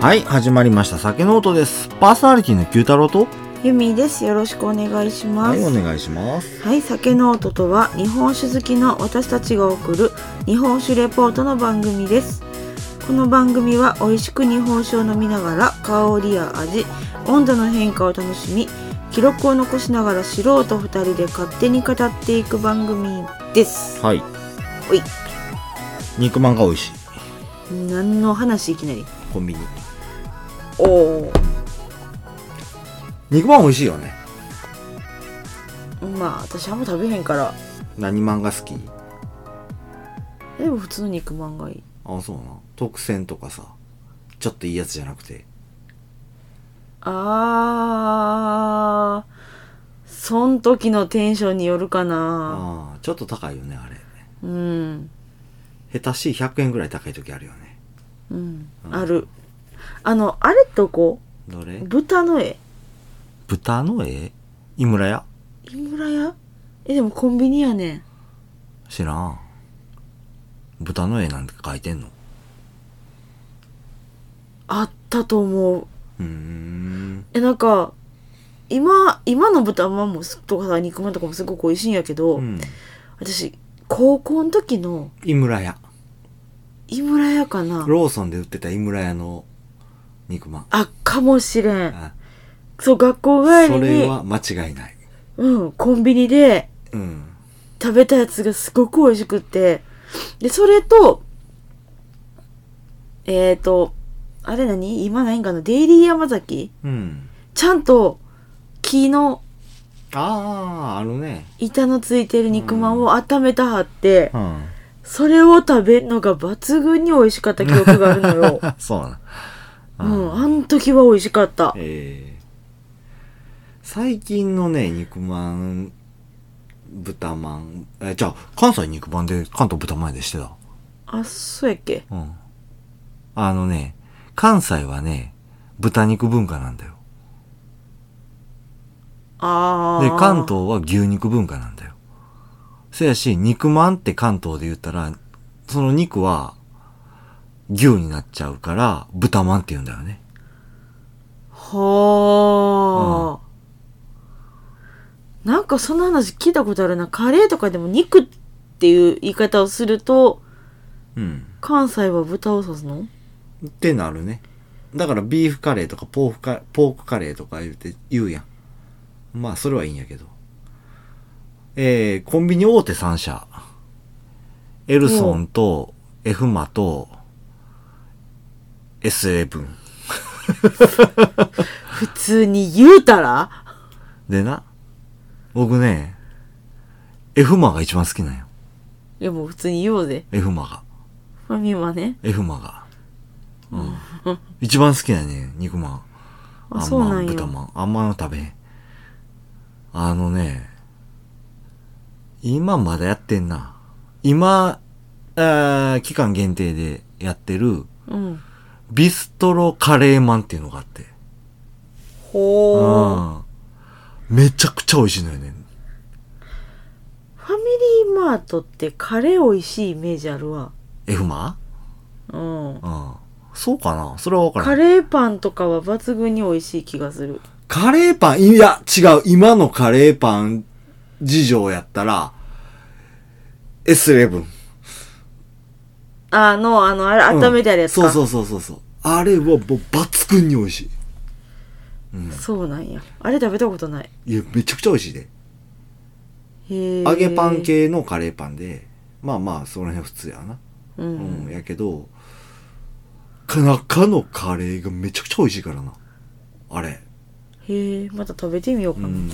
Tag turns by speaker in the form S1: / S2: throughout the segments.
S1: はい、始まりました。酒の音です。パーソナリティの九太郎と。
S2: ゆみです。よろしくお願いしま
S1: はい、
S2: す。
S1: お
S2: はい、
S1: 願いします。
S2: 酒の音とは日本酒好きの私たちが送る日本酒レポートの番組です。この番組は美味しく日本酒を飲みながら香りや味、温度の変化を楽しみ、記録を残しながら素人二人で勝手に語っていく番組です。
S1: はい。
S2: おい、
S1: 肉まんが美味しい。
S2: 何の話いきなり。
S1: コンビニ。
S2: おお、
S1: 肉まん美味しいよね。
S2: まあ私あんま食べへんから、
S1: 何まんが好き
S2: でも普通の肉まんがいい。
S1: あ、そうな。特選とかさ。ちょっといいやつじゃなくて。
S2: あー、そん時のテンションによるかな。
S1: ああ、ちょっと高いよね、あれ。
S2: うん。
S1: 下手しい100円ぐらい高い時あるよね。
S2: うん。ある。あの、あれとこ
S1: どれ
S2: う、豚の絵。
S1: 豚の絵井村屋
S2: 井村屋え、でもコンビニやねん。
S1: 知らん。豚の絵なんて描いてんの
S2: あったと思う。
S1: うーん。
S2: え、なんか、今、今の豚まんもすとかさ、肉まんとかもすごく美味しいんやけど、
S1: うん。
S2: 私、高校の時の
S1: 井村屋。
S2: 井村屋かな。
S1: ローソンで売ってた井村屋の肉まん。
S2: あ、かもしれん。
S1: あ
S2: そう、学校帰り
S1: それ
S2: に、
S1: は間違いない。
S2: うん、コンビニで、
S1: うん。
S2: 食べたやつがすごく美味しくって。で、それと、えっ、ー、と、あれ何今ないんかなデイリー山崎
S1: うん。
S2: ちゃんと木の
S1: ああ、あのね。
S2: 板のついてる肉まんを温めたはって、
S1: うん。
S2: それを食べるのが抜群に美味しかった記憶があるの よ。
S1: そうな
S2: う
S1: の。
S2: ん、あの時は美味しかった。
S1: ええ最近のね、肉まん、豚まん、え、じゃあ、関西肉まんで関東豚まんでしてた。
S2: あ、そうやっけ
S1: うん。あのね、関西はね、豚肉文化なんだよ。
S2: あー。
S1: で、関東は牛肉文化なんだよ。せやし、肉まんって関東で言ったら、その肉は、牛になっちゃうから、豚まんって言うんだよね。
S2: はあ、なんかその話聞いたことあるな。カレーとかでも肉っていう言い方をすると、
S1: うん。
S2: 関西は豚を指すの
S1: ってなるね。だから、ビーフカレーとかポークカ、ポークカレーとか言うて、言うやん。まあ、それはいいんやけど。えー、コンビニ大手3社。エルソンと、エフマと、S11。
S2: 普通に言うたら
S1: でな、僕ね、エフマが一番好きなんよ。
S2: いやもう普通に言おうぜ。
S1: エフマが。
S2: ファミマね。
S1: エフマが。うん。一番好きなんやね、肉まん。
S2: あ、
S1: ん
S2: そう
S1: ま
S2: なんや。
S1: 豚まん。あんまん食べへん。あのね、今まだやってんな。今、あー期間限定でやってる、
S2: うん。
S1: ビストロカレーマンっていうのがあって。
S2: ほー。
S1: うん。めちゃくちゃ美味しいのよね。
S2: ファミリーマートってカレー美味しいイメージあるわ。
S1: エフマ
S2: うん。
S1: うん。そうかなそれはわからん
S2: カ。レーパンとかは抜群に美味しい気がする。
S1: カレーパン、いや、違う。今のカレーパン事情やったら、S11。
S2: あの、あの、あれ、温めてあるやつか、
S1: うんそうそうそうそうそう。あれはもう抜群に美味し
S2: そうなんや。あれ食べたことない。
S1: い。いや、めちゃくちゃ美味しいで。
S2: へえ。
S1: 揚げパン。系のカレーパンで、まあまあ、その辺普通やな。
S2: う。
S1: うんん、やけど、中のカレーがめちゃくちゃ美味しいからな。あれ。
S2: へえ、また食べてみようか
S1: う
S2: な。
S1: ん。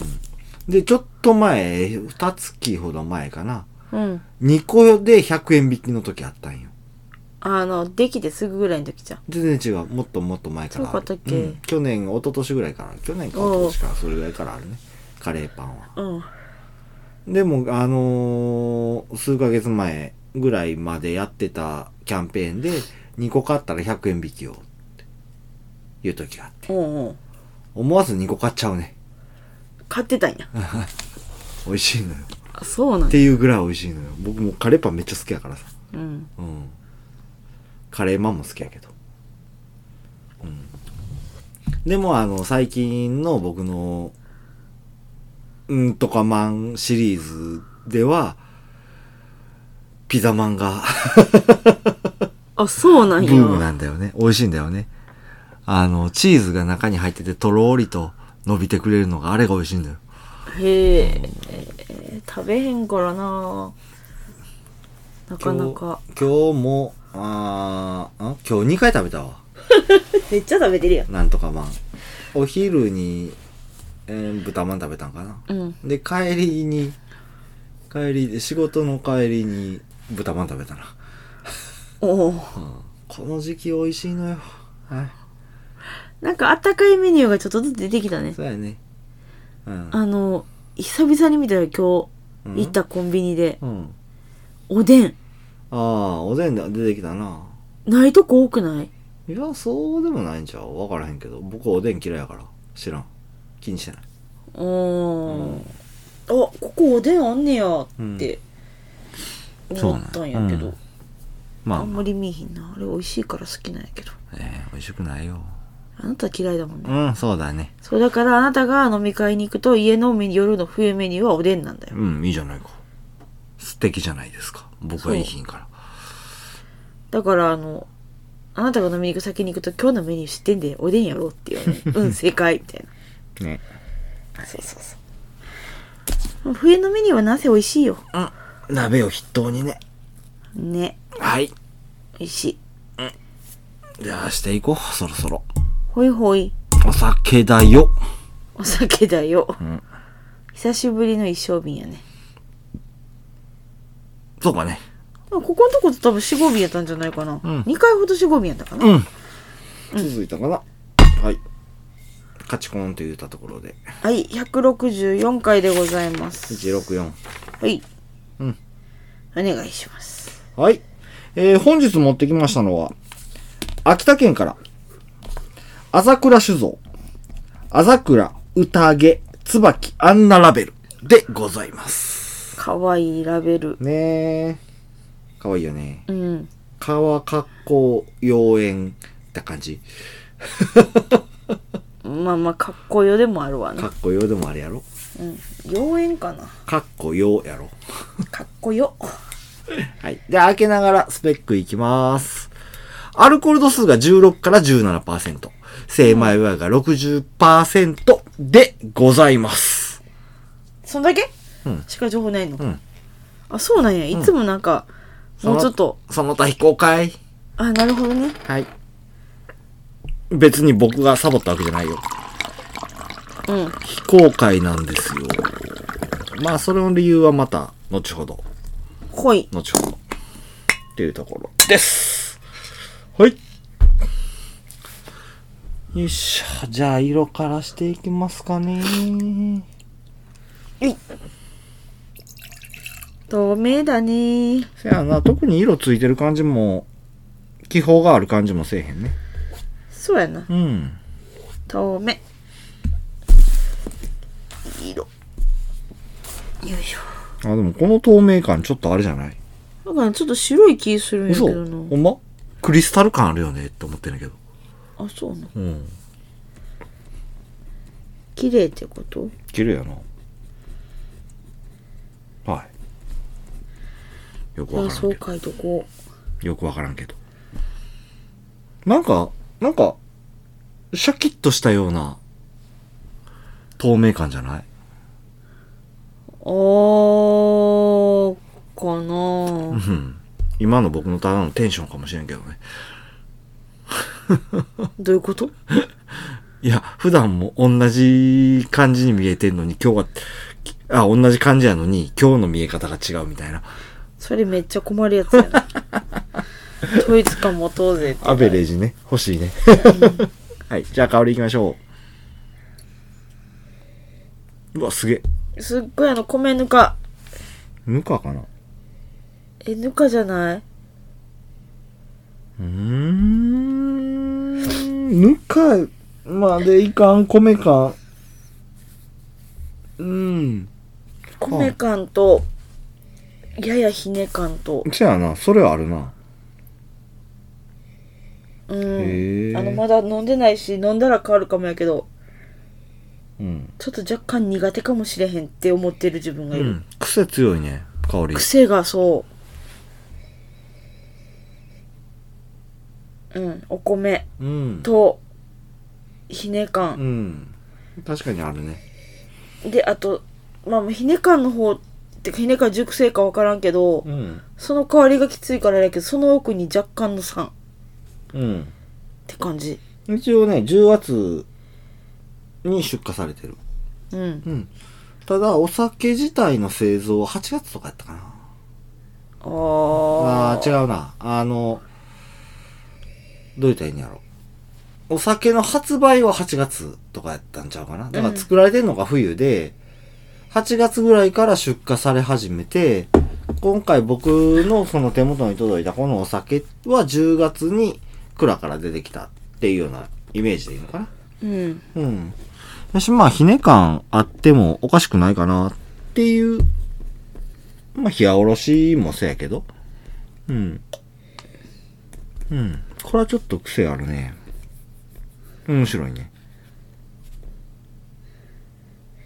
S1: で、ちょっと前、二月ほど前かな。
S2: うん。
S1: 2個で100円引きの時あったんよ。
S2: あの、できてすぐぐらいの時じゃん。
S1: 全然違う。もっともっと前からある。
S2: そうかったっけ
S1: うん去年、一昨年ぐらいから、去年か一昨年から、それぐらいからあるね。カレーパンは。
S2: うん。
S1: でも、あのー数ヶ月前ぐらいまでやってたキャンペーンで、2個買ったら100円引きを、っていう時があって。
S2: うんうん。
S1: 思わず2個買っちゃうね。
S2: 買ってたんや。
S1: 美味しいのよ。
S2: あ、そうなん
S1: っ
S2: や。
S1: ていうぐらい美味しいのよ。僕もうカレーパンめっちゃ好きやからさ。
S2: うん。
S1: うん。カレーマンも好きやけど。うん。でもあの、最近の僕の、うんとかマンシリーズでは、ピザマンが
S2: あ、そうな
S1: ブ
S2: ん
S1: ームな
S2: や。
S1: んだよね。美味しいんだよね。あの、チーズが中に入ってて、とろーりと伸びてくれるのが、あれが美味しいんだよ。
S2: へえ。食べへんからななかなか。
S1: 今日今日も、あーん今日2回食べたわ。
S2: めっちゃ食べてるやん。
S1: なんとかマン。お昼に、えー豚まん食べたんかな。
S2: うん。
S1: で、帰りに、帰りで、仕事の帰りに豚まん食べたな。
S2: おお。
S1: この時期美味しいのよ。はい。
S2: なんかあったかいメニューがちょっとずつ出てきたね。
S1: そうやね。うん。
S2: あの、久々に見たよ、今
S1: うん
S2: 日。行ったコンビニで。
S1: うん。
S2: おでん。
S1: ああ、おでんだ出てきたな。
S2: ないとこ多くない
S1: いや、そうでもないんちゃうわからへんけど。僕おでん嫌いやから。知らん。気にしてない。
S2: おお。あ、ここおでんあんねやって思っ
S1: そう
S2: たんやけど。
S1: なんやうんま
S2: あ
S1: あ
S2: ん
S1: ま
S2: ま
S1: あ、
S2: り見えへんな。あれ美味しいから好きなんやけど。
S1: えー美味しくないよ。
S2: あなた嫌いだもんね。
S1: うん、そうだね。
S2: そうだからあなたが飲み会に行くと家のメニュー夜の冬メニューはおでんなんだよ。
S1: うん、いいじゃないか。素敵じゃないですか。僕はいい品から。
S2: だからあの、あなたが飲みに行く先に行くと今日のメニュー知ってんでおでんやろってい うね。うん、正解みたい
S1: ね。
S2: な。そうそうそう。冬のメニューはなぜ美味しいよ。
S1: うん。鍋を筆頭にね。
S2: ね。
S1: はい。
S2: 美味しい。
S1: じゃあしていこう、そろそろ。
S2: ほいほい。
S1: お酒だよ。
S2: お酒だよ。
S1: ん
S2: 久しぶりの一升瓶やね。
S1: そうかね。
S2: あここのとこと多分四合瓶やったんじゃないかな。
S1: ん
S2: 2回ほど四合瓶やったかな。
S1: うん。続いたかな。はい。カチコンと言ったところで。
S2: はい、164回でございます。
S1: 164。
S2: はい。
S1: うん。
S2: お願いします。
S1: はい。えー本日持ってきましたのは、秋田県から、あざくら酒造、あざくら、宴、椿、アンナラベルでございます。
S2: かわいいラベル。
S1: ねえ。かわいいよね。
S2: うん。
S1: 川格好妖艶って感じ。
S2: まあまあ、かっこよでもあるわ
S1: か
S2: な
S1: っ。こよでもあれやろ。
S2: うん。妖艶かな。
S1: かっこよやろ。
S2: かっこよ。
S1: はい。で、開けながらスペックいきます。アルコール度数が16から17%。精米和が60%でございます。
S2: そんだけ、
S1: うん
S2: しか情報ないの、
S1: ん
S2: あ、そうなんや。いつもなんか、もうちょっと。
S1: その他非公開。
S2: あ、なるほどね。
S1: はい。別に僕がサボったわけじゃないよ。
S2: うん。
S1: 非公開なんですよ。まあ、それの理由はまた、後ほど。
S2: 濃い。
S1: 後ほど。っていうところです。はい。よいしょ。じゃあ、色からしていきますかね。
S2: 透明だね。
S1: せやな、特に色ついてる感じも、気泡がある感じもせえへんね。
S2: そうやな。
S1: うん。
S2: 透明。色。よいしょ。
S1: あ、でもこの透明感ちょっとあれじゃない
S2: なんかねちょっと白い気するんやけ
S1: 嘘
S2: ど
S1: ほ
S2: な。
S1: んまクリスタル感あるよねって思ってんだけど。
S2: あ、そうな。
S1: うん。
S2: 綺麗ってこと
S1: 綺麗やな。はい。よくわから
S2: あ、
S1: ん
S2: そ
S1: け
S2: う
S1: ど。
S2: 書いとこ。
S1: よくわからんけど。なんか、なんか、シャキッとしたような透明感じゃないう
S2: あー、か
S1: う。
S2: なん
S1: 今の僕のただのテンションかもしれんけどね。
S2: どういうこと
S1: いや、普段も同じ感じに見えてんのに、今日は、きあ、同じ感じやのに、今日の見え方が違うみたいな。
S2: それめっちゃ困るやつや な。統一感持とうぜって。
S1: アベレージね。欲しいね。 はい。じゃあ、香りいきましょう。うわ、すげえ。
S2: すっごいあの、米ぬか。
S1: ぬかかな
S2: え、ぬかじゃないう
S1: ーん。ぬかまでいかん、米か。うん。
S2: 米感と、ややひね感と。
S1: じゃあな、それはあるな。
S2: うん
S1: へー
S2: あのまだ飲んでないし飲んだら変わるかもやけど
S1: うん。
S2: ちょっと若干苦手かもしれへんって思ってる自分
S1: う
S2: がいる、
S1: ん。癖強いね、香り。
S2: 癖がそううんお米
S1: うん。
S2: とひね
S1: う
S2: 感、
S1: ん。確かにあるね。
S2: であとまあひね感の方ってかひね感熟成か分からんけど、
S1: うん。
S2: その香りがきついからやけどその奥に若干の酸っ
S1: うん。
S2: て感じ
S1: 一応ね、10月に出荷されてる。
S2: うん
S1: うん。ただ、お酒自体の製造は8月とかやったかな。
S2: あー
S1: ああー、違うな。あの、どう言ったらいいんやろ。お酒の発売は8月とかやったんちゃうかな。だから作られてんのが冬で、8月ぐらいから出荷され始めて、今回僕のその手元に届いたこのお酒は10月に蔵から出てきたっていうようなイメージでいいのかな。
S2: うん
S1: うん。私、まあ、ひね感あってもおかしくないかなっていう、まあ、冷やおろしもそうやけど。うん。うん。これはちょっと癖あるね。面白いね。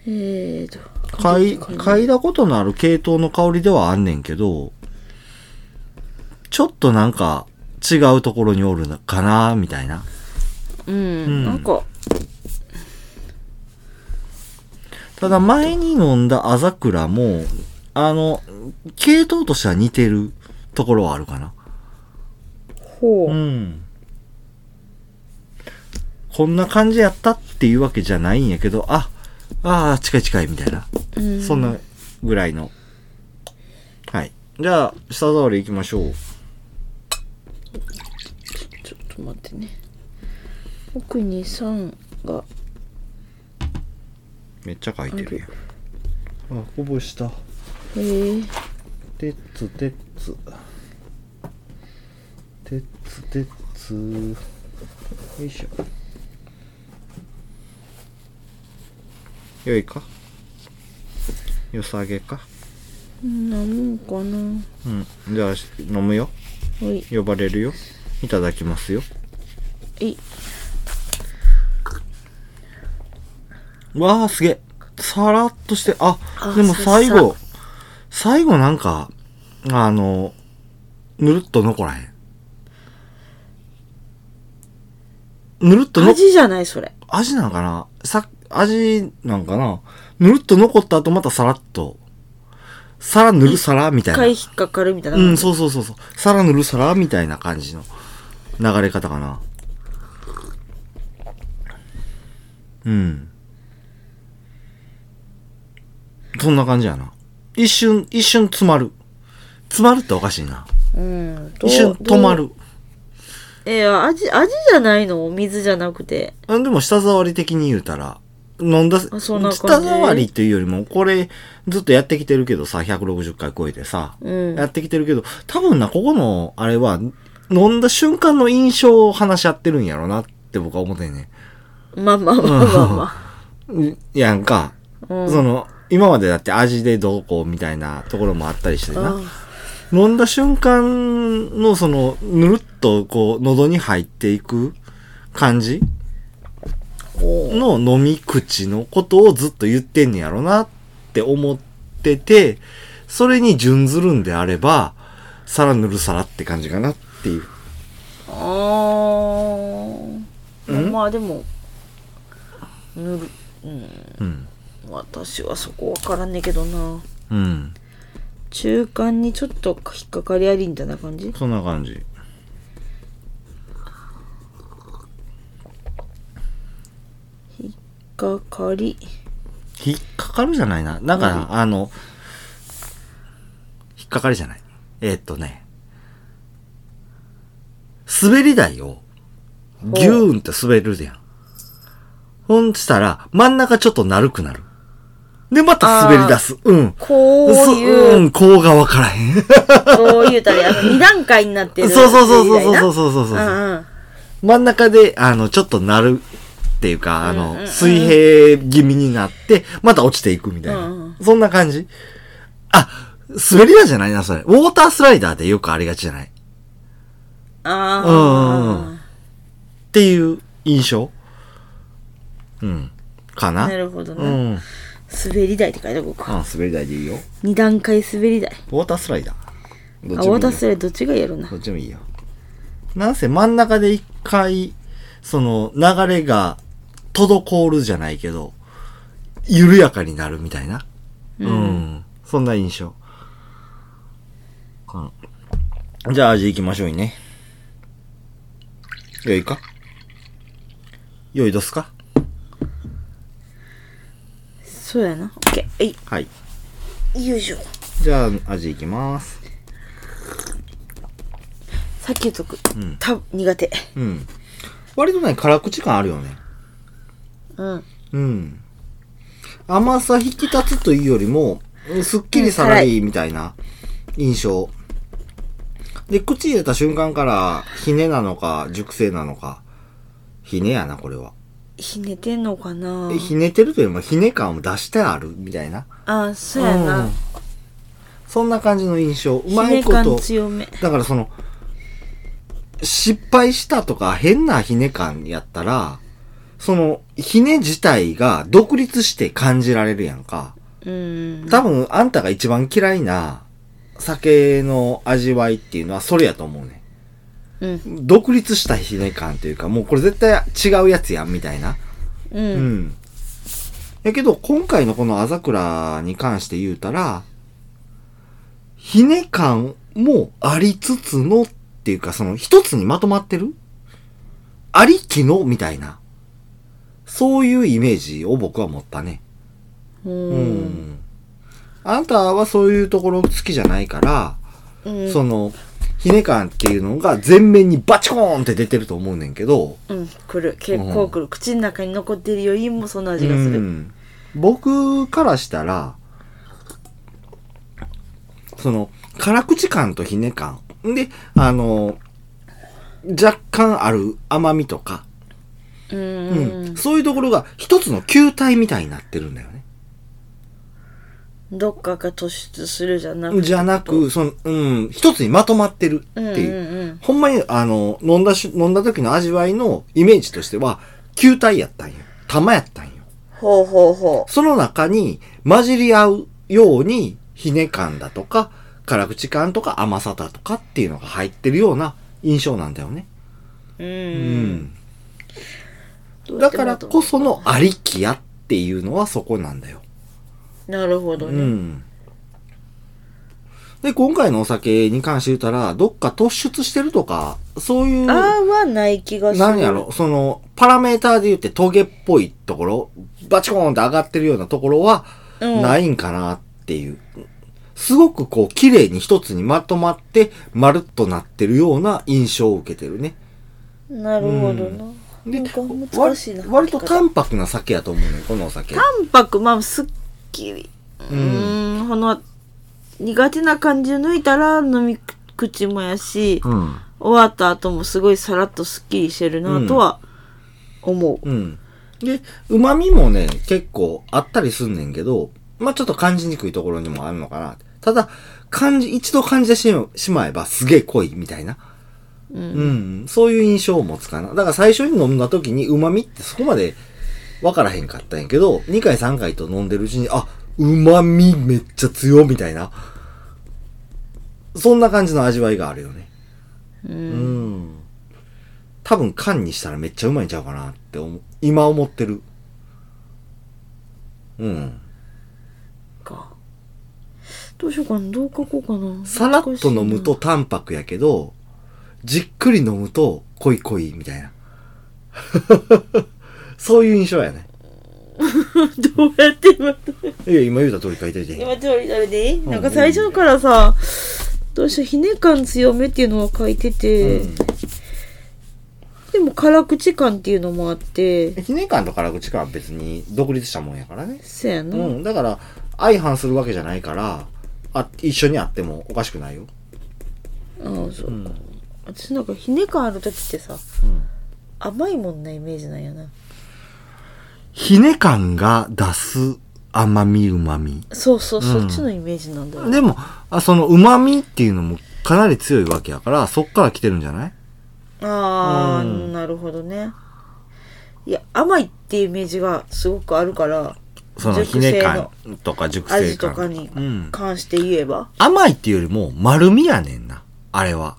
S2: えーと
S1: 嗅い、嗅いだことのある系統の香りではあんねんけど、ちょっとなんか違うところにおるのかな、みたいな。
S2: うん、
S1: ん
S2: なんか
S1: ただ前に飲んだあざくらも、あの、系統としては似てるところはあるかな。
S2: ほう、
S1: うん。こんな感じやったっていうわけじゃないんやけど、あ、ああ、近い近いみたいな。
S2: うん
S1: そんなぐらいの。はい。じゃあ、舌触り行きましょう。
S2: ちょっと待ってね奥に酸が
S1: めっちゃ書いてるやん。あ、こぼした。
S2: へえ
S1: てっつてっつてっつてっつよいしょよいかよさげか
S2: なんかな
S1: うんじゃあし飲むよ
S2: おい
S1: 呼ばれるよいただきますよ
S2: えい
S1: わあすげえさらっとしてあ
S2: あ
S1: でも
S2: そう
S1: 最
S2: そう
S1: 後最後なんかあのぬるっと残らへんぬるっと残
S2: 味じゃないそれ
S1: 味なんかなさ、味なんかなぬるっと残った後またさらっと。さらぬるさらみた
S2: 一回
S1: い
S2: 引っかかるみたい
S1: な。
S2: な、
S1: うん、そうそうそうそう。さらぬるさらみたいな感じの流れ方かな。うん。そんな感じやな。一瞬、一瞬詰まる。詰まるっておかしいな。
S2: うんどう
S1: 一瞬止まる。
S2: どういや味味じゃないのお水じゃなくて
S1: あでも、舌触り的に言うたら、飲んだ、
S2: あそんな感じ
S1: 舌触りっていうよりも、これ、ずっとやってきてるけどさ、160回超えてさ、
S2: うん
S1: やってきてるけど、多分な、ここの、あれは、飲んだ瞬間の印象を話し合ってるんやろなって僕は思ってんね
S2: まあまあまあまあ ま
S1: ん。んやんか、
S2: あ、うん、
S1: その、今までだって味でどうこうみたいなところもあったりしてな。
S2: あ
S1: 飲んだ瞬間のその、ぬるっとこう、喉に入っていく感じ
S2: お
S1: の飲み口のことをずっと言ってんねやろなって思ってて、それに準ずるんであれば、さらぬるさらって感じかなっていう。
S2: あー
S1: ん
S2: まあでも塗るうん
S1: うん。
S2: 私はそこわからんねんけどな
S1: うん。
S2: 中間にちょっと引っかかりありみたいな感じ
S1: そんな感じ。
S2: かかり
S1: 引っかかるじゃないな。なんかな、あの、引っかかるじゃない。えーっとね、滑り台を、ギューンって滑るじゃん。ほんしたら、真ん中ちょっとなるくなる。で、また滑り出す。うん。
S2: こう
S1: そ
S2: い
S1: う
S2: う
S1: ん、こうがわからへん。そう
S2: そういうたりあの二段階になってる
S1: そうそうそうそうそう
S2: う
S1: そうそうそう、
S2: ん
S1: 真ん中で、あの、ちょっとなるっていうか、あの、
S2: うんうんうん
S1: 水平気味になって、また落ちていくみたいな。
S2: うんうん
S1: そんな感じ。あ、滑り台じゃないな、それ。ウォータースライダーでよくありがちじゃない。
S2: ああ
S1: っていう印象うん。かな。
S2: なるほどね、
S1: うん。
S2: 滑り台って書いておこうか、
S1: あ、滑り台でいいよ。
S2: 二段階滑り台
S1: ウォータースライダー。どっ
S2: あ
S1: ちもいいよ
S2: 渡すれどっちがやるな
S1: どっちもいいよ。なんせ真ん中で一回、その流れが滞るじゃないけど、緩やかになるみたいな。うん。そんな印象。うん。じゃあ味行きましょういね。よいかよいどすか
S2: そうやなオッケーえ
S1: はい。
S2: いよいしょ
S1: じゃあ味行きます。
S2: さっき言っとく、た苦手
S1: うん。割とね、辛口感あるよね。
S2: うん
S1: うん。甘さ引き立つというよりも、すっきりさらりみたいな印象。で、口入れた瞬間から、ひねなのか、熟成なのか。ひねやな、これは。
S2: ひねてんのかな
S1: えひねってるというよりも、ひね感を出してある、みたいな。
S2: あそうやな、
S1: うんそんな感じの印象。うまい
S2: ひね
S1: こ
S2: 感
S1: と。
S2: 強め
S1: だからその、失敗したとか変なひね感やったら、その、ひね自体が独立して感じられるやんか。
S2: うん
S1: 多分、あんたが一番嫌いな酒の味わいっていうのはそれやと思うね。
S2: うん
S1: 独立したひね感というか、もうこれ絶対違うやつやん、みたいな。
S2: う
S1: うんん。やけど、今回のこのあざくらに関して言うたら、ひね感もありつつのっていうか、その一つにまとまってるありきのみたいな。そういうイメージを僕は持ったね。
S2: う
S1: うんん。あんたはそういうところ好きじゃないから、
S2: うん
S1: その、ひね感っていうのが全面にバチコーンって出てると思うねんけど、
S2: うんくる結構くる、口の中に残ってるよりもその味
S1: う
S2: がする、
S1: ん、僕からしたらその辛口感とひね感であの若干ある甘みとか、
S2: う
S1: う
S2: んうん
S1: ん、そういうところが一つの球体みたいになってるんだよね。
S2: どっかが突出するじゃなくて
S1: じゃなく、その、うん、一つにまとまってるって
S2: うんうん
S1: いう。
S2: うん
S1: ほんまに、あの、飲んだし、飲んだ時の味わいのイメージとしては、球体やったんよ。玉やったんよ。
S2: ほうほうほ
S1: その中に混じり合うように、ひね感だとか、辛口感とか甘さだとかっていうのが入ってるような印象なんだよね。
S2: うう、
S1: うんん。
S2: どうや
S1: だ
S2: って
S1: か
S2: もら
S1: ら
S2: うと
S1: こそのありきやっていうのはそこなんだよ。
S2: なるほど
S1: う
S2: ね、
S1: ん。で、今回のお酒に関して言ったら、どっか突出してるとか、そういう、
S2: あーはない気がする
S1: 何やろ、その、パラメーターで言ってトゲっぽいところ、バチコーンって上がってるようなところは、
S2: うん
S1: ないんかなっていう。すごくこう、綺麗に一つにまとまって、まるっとなってるような印象を受けてるね。
S2: なるほどな、
S1: で
S2: なんか難しいな
S1: 割割と
S2: 書き方
S1: 淡白な酒やと思うね、このお酒。
S2: 淡白まあすっきりうーんこの苦手な感じを抜いたら飲み口もやし、
S1: うん。
S2: 終わった後もすごいさらっとすっきりしてるなとは思う、
S1: うん。で、旨味もね、結構あったりすんねんけど、まあちょっと感じにくいところにもあるのかな。ただ、感じ、一度感じてしましまえばすげえ濃いみたいな。
S2: う
S1: うん。そういう印象を持つかな。だから最初に飲んだ時に旨味ってそこまで分からへんかったんやけど、2回3回と飲んでるうちに、あ、旨味めっちゃ強みたいな。そんな感じの味わいがあるよね。うん。多分缶にしたらめっちゃうまいんちゃうかなって思う、今思ってる。うん。
S2: かどうしようかなどう書こうかな
S1: さらっと飲むと淡白やけど、じっくり飲むと濃い濃いみたいな。 そういう印象やね。
S2: 難しいなどうやって今
S1: いや、今言うた通り書いといていい。
S2: 今通りどれでいい、
S1: ん
S2: なんか最初からさどうしようひね感強めっていうのを書いてて、でも辛口感っていうのもあって
S1: ひね感と辛口感は別に独立したもんやからね。
S2: そやな、
S1: うん。だから、相反するわけじゃないから、あ、一緒にあってもおかしくないよ。
S2: ああそう、
S1: ん
S2: 私なんかひね感ある時ってさ、
S1: ん
S2: 甘いもんなイメージなんやな
S1: ひね感が出す甘み、旨み。
S2: そうそう、
S1: うん
S2: そっちのイメージなんだよ
S1: でも、あその旨みっていうのもかなり強いわけやから、そっから来てるんじゃない
S2: ああ、
S1: うん
S2: なるほどねいや甘いっていうイメージがすごくあるから
S1: そのひね感とか熟成
S2: 味と
S1: 感
S2: かに
S1: うん、
S2: 関して言えば、
S1: 甘いっていうよりも丸みやねんなあれは、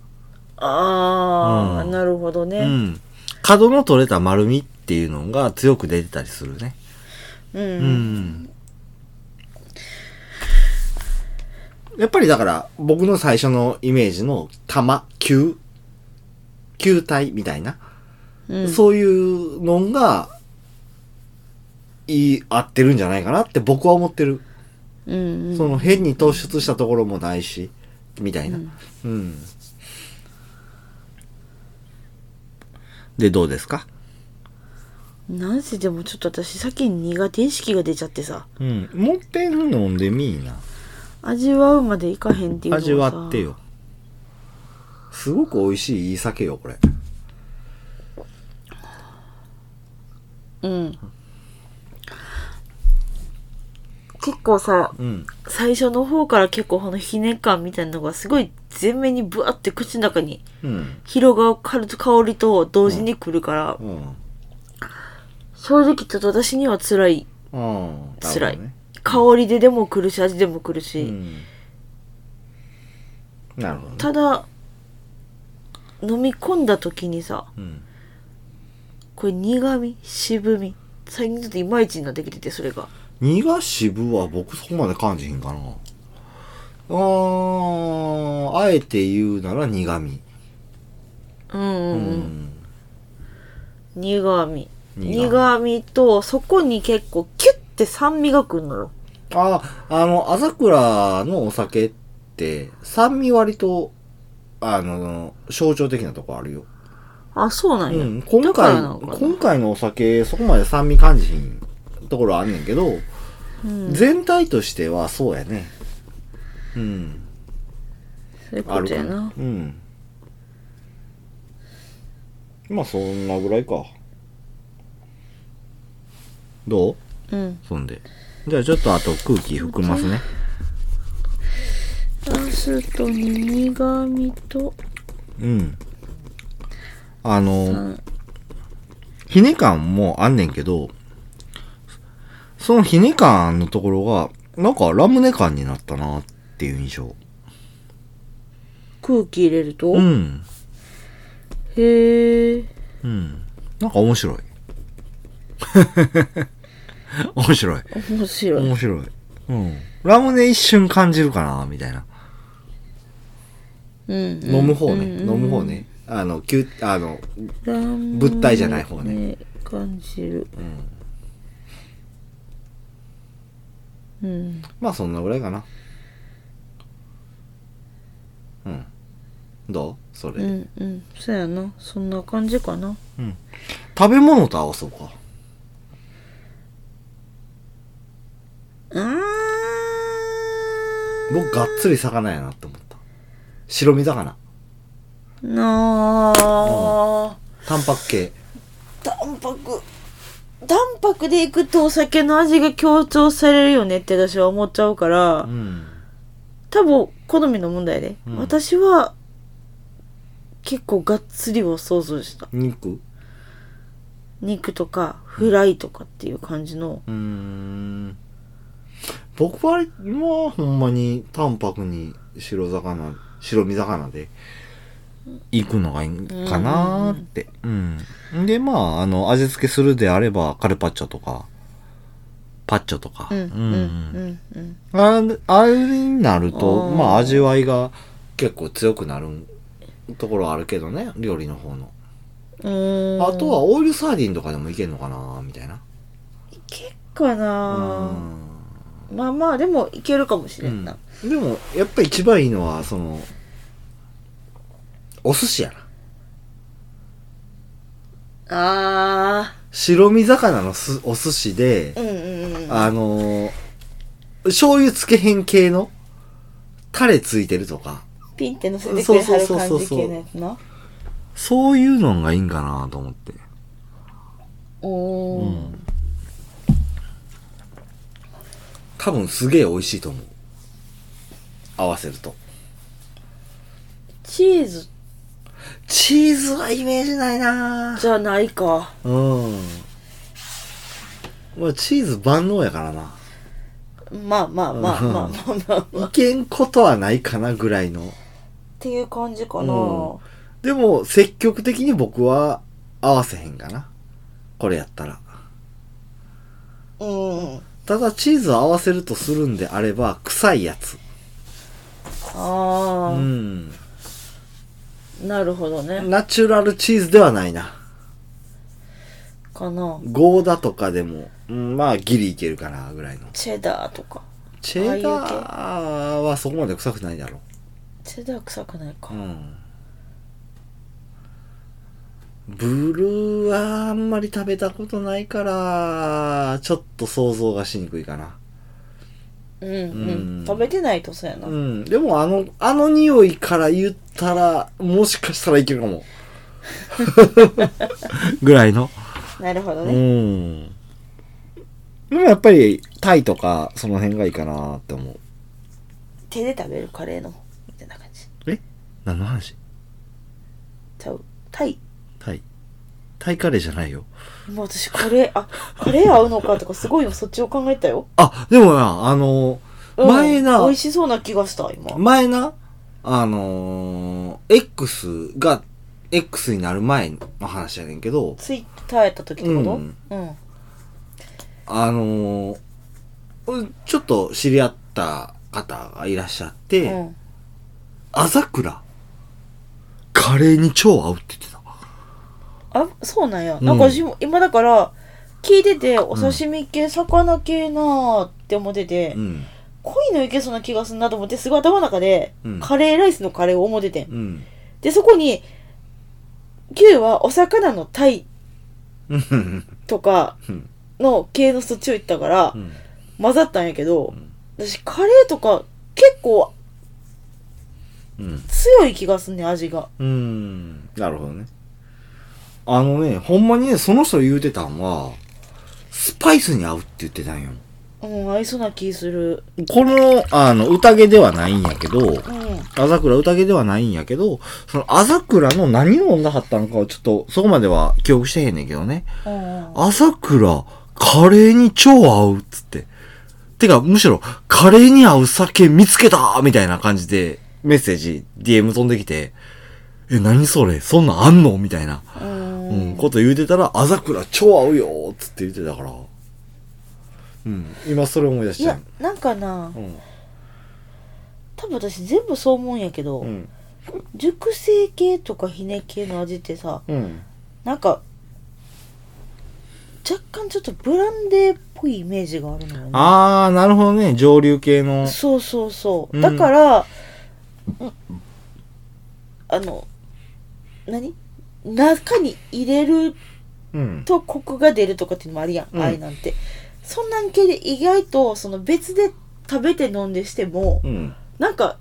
S2: ああ、
S1: うん
S2: なるほど
S1: う
S2: ね
S1: ん、角の取れた丸みっていうのが強く出てたりするね
S2: うん、
S1: うんやっぱりだから僕の最初のイメージの玉球球体みたいな、
S2: うん
S1: そういうのがいい合ってるんじゃないかなって僕は思ってる、
S2: うんうん
S1: その変に突出したところもないしみたいな、うん、でどうですか
S2: なんせでもちょっと私先に苦手意識が出ちゃってさ
S1: うん、もっぺん飲んでみーな。
S2: 味わうまでいかへんっていうのがさ
S1: 味わってよ。すごく美味しいいい酒よ、これ。
S2: うん結構さ
S1: うん。
S2: 最初の方から結構このひね感みたいなのがすごい全面にブワって口の中に
S1: うん。
S2: 広がる香りと同時に来るから、
S1: うん。
S2: 正直ちょっと私には辛い
S1: うん。
S2: 辛い
S1: なる
S2: 香りででも来るし味でも来る
S1: ほどね。う
S2: し、
S1: ん。なるほどね。
S2: ただ飲み込んだ時にさ
S1: うん。
S2: これ苦み渋み最近ちょっといまいちになってきててそれが
S1: 苦渋は僕そこまで感じひんかな。あー、あえて言うなら苦味。
S2: うんうん
S1: う
S2: うん、苦み
S1: 苦
S2: 苦
S1: 味
S2: みとそこに結構キュッて酸味がくるのよ
S1: あ、あの、朝倉のお酒って、酸味割と、あの、象徴的なとこあるよ。
S2: あそうなん
S1: う
S2: や、
S1: ん、今
S2: だか
S1: 回
S2: らなのか、な
S1: 今回のお酒、そこまで酸味感じひんところあんねんけど、
S2: うん
S1: 全体としてはそうやね。うん。
S2: そういう
S1: あ
S2: こ
S1: る
S2: と
S1: か
S2: やな
S1: な。うん。まあ、そんなぐらいか。どう
S2: うん
S1: そんで。じゃあ、ちょっとあと空気含ますね。
S2: そうすると苦みと
S1: うん。あの、
S2: ん
S1: ひね感もあんねんけど、そのひね感のところが、なんかラムネ感になったなっていう印象。
S2: 空気入れると、
S1: うん。
S2: へえ
S1: うん。なんか面白 い。面白い。
S2: 面白い
S1: 面白い。うん。ラムネ一瞬感じるかなみたいな。
S2: うん
S1: 飲む方ね。飲む方ね。あの、きゅあの、
S2: 物
S1: 物体じゃない方ね
S2: 感じるうん、
S1: まあそんなぐらいかな。うん。どうそれ。
S2: うんうんそうやなそんな感じかな
S1: 食べ物と合わそうか。
S2: うーん
S1: 僕がっつり魚やなって思った。白身魚。
S2: なあ
S1: タンパク系。
S2: 淡泊淡泊でいくとお酒の味が強調されるよねって私は思っちゃうから、
S1: うん。
S2: 多分好みの問題で、
S1: うん
S2: 私は結構がっつりを想像した
S1: 肉
S2: 肉とかフライとかっていう感じの、
S1: うーん。僕は、もうほんまにタンパクに白魚、白身魚で行くのがいいんかなーって。うん。で、まあ、あの、味付けするであれば、カルパッチョとか、パッチョとか。
S2: うんうんうんうん
S1: ああれになると
S2: あー
S1: まあ味わいが結構強くなるところはあるけどね料理の方の
S2: うーん
S1: あとはオイルサーディンとかでもいけんのかなみたいな
S2: 行けっかな、まあまあでもいけるかもし
S1: う
S2: れ
S1: ん
S2: んな、
S1: でもやっぱ一番いいのはそのお寿司やな
S2: あ
S1: 白身魚のすお寿司で
S2: ーうんうんうん
S1: あのー醤油つけへん系のタレついてるとか
S2: ピンって乗せてくれはる
S1: そうそ
S2: 感
S1: うそう
S2: じ
S1: そう
S2: 系のやつな
S1: そういうのがいいんかなと思って
S2: おー
S1: 多分すげえ美味しいと思う合わせると
S2: チーズ
S1: チーズはイメージないな
S2: じゃあないか
S1: うん。まあ、チーズ万能やからな。
S2: まあまあまあまあまあまあ、まあ、っ
S1: いけんことはないかなぐらいの。
S2: ていう感じかな、
S1: うんでも、積極的に僕は合わせへんかな。これやったら。
S2: うん。
S1: ただ、チーズを合わせるとするんであれば、臭いやつ。う
S2: あ
S1: ん。
S2: あ、なるほどね。
S1: ナチュラルチーズではないな。
S2: かな。
S1: ゴーダとかでも、うん、まあ、ギリいけるかな、ぐらいの。
S2: チェダーとか。
S1: チェダーはそこまで臭くないだろ
S2: チェダー臭くない
S1: う。
S2: か。
S1: うん。ブルーはあんまり食べたことないから、ちょっと想像がしにくいかな。
S2: うん、うん、
S1: うん
S2: 食べてないとそうやな。
S1: うん。でもあの、あの匂いから言ったら、もしかしたらいけるかも。 ぐらいの。
S2: なるほど
S1: う
S2: ね。
S1: ん。でもやっぱり、タイとか、その辺がいいかなって思う。
S2: 手で食べるカレーの、みたいな感じ。
S1: え何の話
S2: ちゃう。タイ。
S1: タイ。タイカレーじゃないよ。
S2: もう私カレー、あ、カレー合うのかとかすごいよ。そっちを考えたよ。
S1: あ、でもな、あの、
S2: うん
S1: 前な
S2: 美味しそうな気がした、今。
S1: 前な、あのー X が、X になる前の話やねんけど、
S2: ツイッターやった時ってこと
S1: う
S2: うんん。
S1: あのーうんちょっと知り合った方がいらっしゃって、
S2: うん。
S1: あざくら、カレーに超合うって言ってた。
S2: あ、そうなんや。
S1: ん
S2: なんか私も、今だから、聞いてて、お刺身系、魚系なーって思ってて、
S1: うん。
S2: 濃いのいけそうな気がするなと思って、すごい頭の中で、
S1: うん
S2: カレーライスのカレーを思っててん。
S1: うん。
S2: で、そこに、牛はお魚のタイ
S1: うん。
S2: とか
S1: うん
S2: の系のそっちを言ったから、
S1: うん
S2: 混ざったんやけど、
S1: ん
S2: 私カレーとか結構
S1: うん。
S2: 強い気がすんねん、味が。
S1: うーん。なるほどね。あのね、ほんまにね、その人言うてたんは、スパイスに合うって言ってたんよ。
S2: うん、合いそうな気する。
S1: この、あの、宴ではないんやけど、
S2: うん。
S1: あざくら宴ではないんやけど、そのあざくらの何を飲んだはったのかはちょっと、そこまでは記憶してへんねんけどね。
S2: うん
S1: あざくら、カレーに超合うっつって。てか、むしろ、カレーに合う酒見つけたみたいな感じで、メッセージ、DM 飛んできて、え、何それそんなんあんのみたいな。
S2: うん
S1: うん、こと言うてたら、あざくら超合うよーっつって言ってたから。うん、今それ思い出し
S2: い
S1: た
S2: や、なんかな
S1: う、ん。
S2: 多分私全部そう思うんやけど、
S1: うん。
S2: 熟成系とかひね系の味ってさ、
S1: うん。
S2: なんか、若干ちょっとブランデーっぽいイメージがあるのよね。
S1: あー、なるほどね。上流系の。
S2: そうそうそう。
S1: うん
S2: だから、あの、何中に入れる
S1: うん。
S2: とコクが出るとかっていうのもあるやん、
S1: うん
S2: あれなんて。そんなん系で意外と、その別で食べて飲んでしても、
S1: うん。
S2: なんか、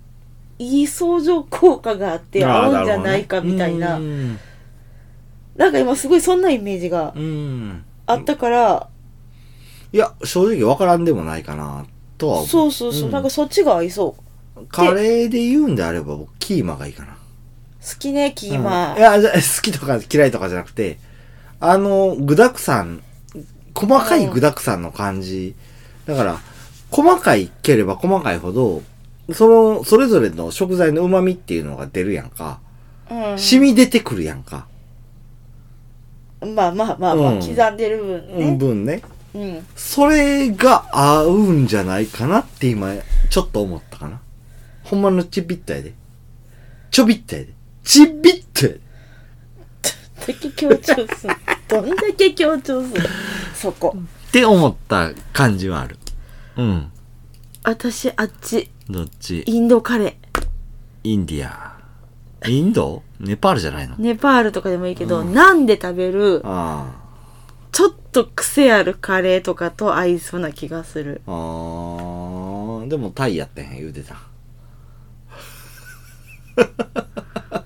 S2: いい相乗効果があって
S1: あー
S2: 合うんじゃないかみたいな。
S1: るほどね
S2: なんか今すごいそんなイメージが
S1: うん。うん
S2: あったから、
S1: いや、正直わからんでもないかな、とは思う。
S2: そうそうそう、
S1: ん
S2: なんかそっちが合いそう。
S1: カレーで言うんであれば、僕キーマがいいかな。
S2: 好きね、キーマ
S1: うんいや、じゃ好きとか嫌いとかじゃなくて、あの、具沢山、細かい具沢山の感じ。だから、細かいければ細かいほど、その、それぞれの食材の旨味っていうのが出るやんか。
S2: うん。
S1: 染み出てくるやんか。
S2: まあまあまあまあ、
S1: うん
S2: 刻んでる分
S1: うん、
S2: ね。
S1: 分ね。
S2: うん。
S1: それが合うんじゃないかなって今、ちょっと思ったかな。ほんまのちびったやで。ちょびったやで。ちびったやで。
S2: どんだけ強調すん どんだけ強調すんそこ。
S1: って思った感じはある。うん。
S2: 私、あっち、
S1: どっち
S2: インドカレー。
S1: インディア。インドネパールじゃないの
S2: ネパールとかでもいいけど、なんで食べる、
S1: あ
S2: ちょっと癖あるカレーとかと合いそうな気がする。
S1: あ。あーでもタイやってへん言うてた。
S2: ま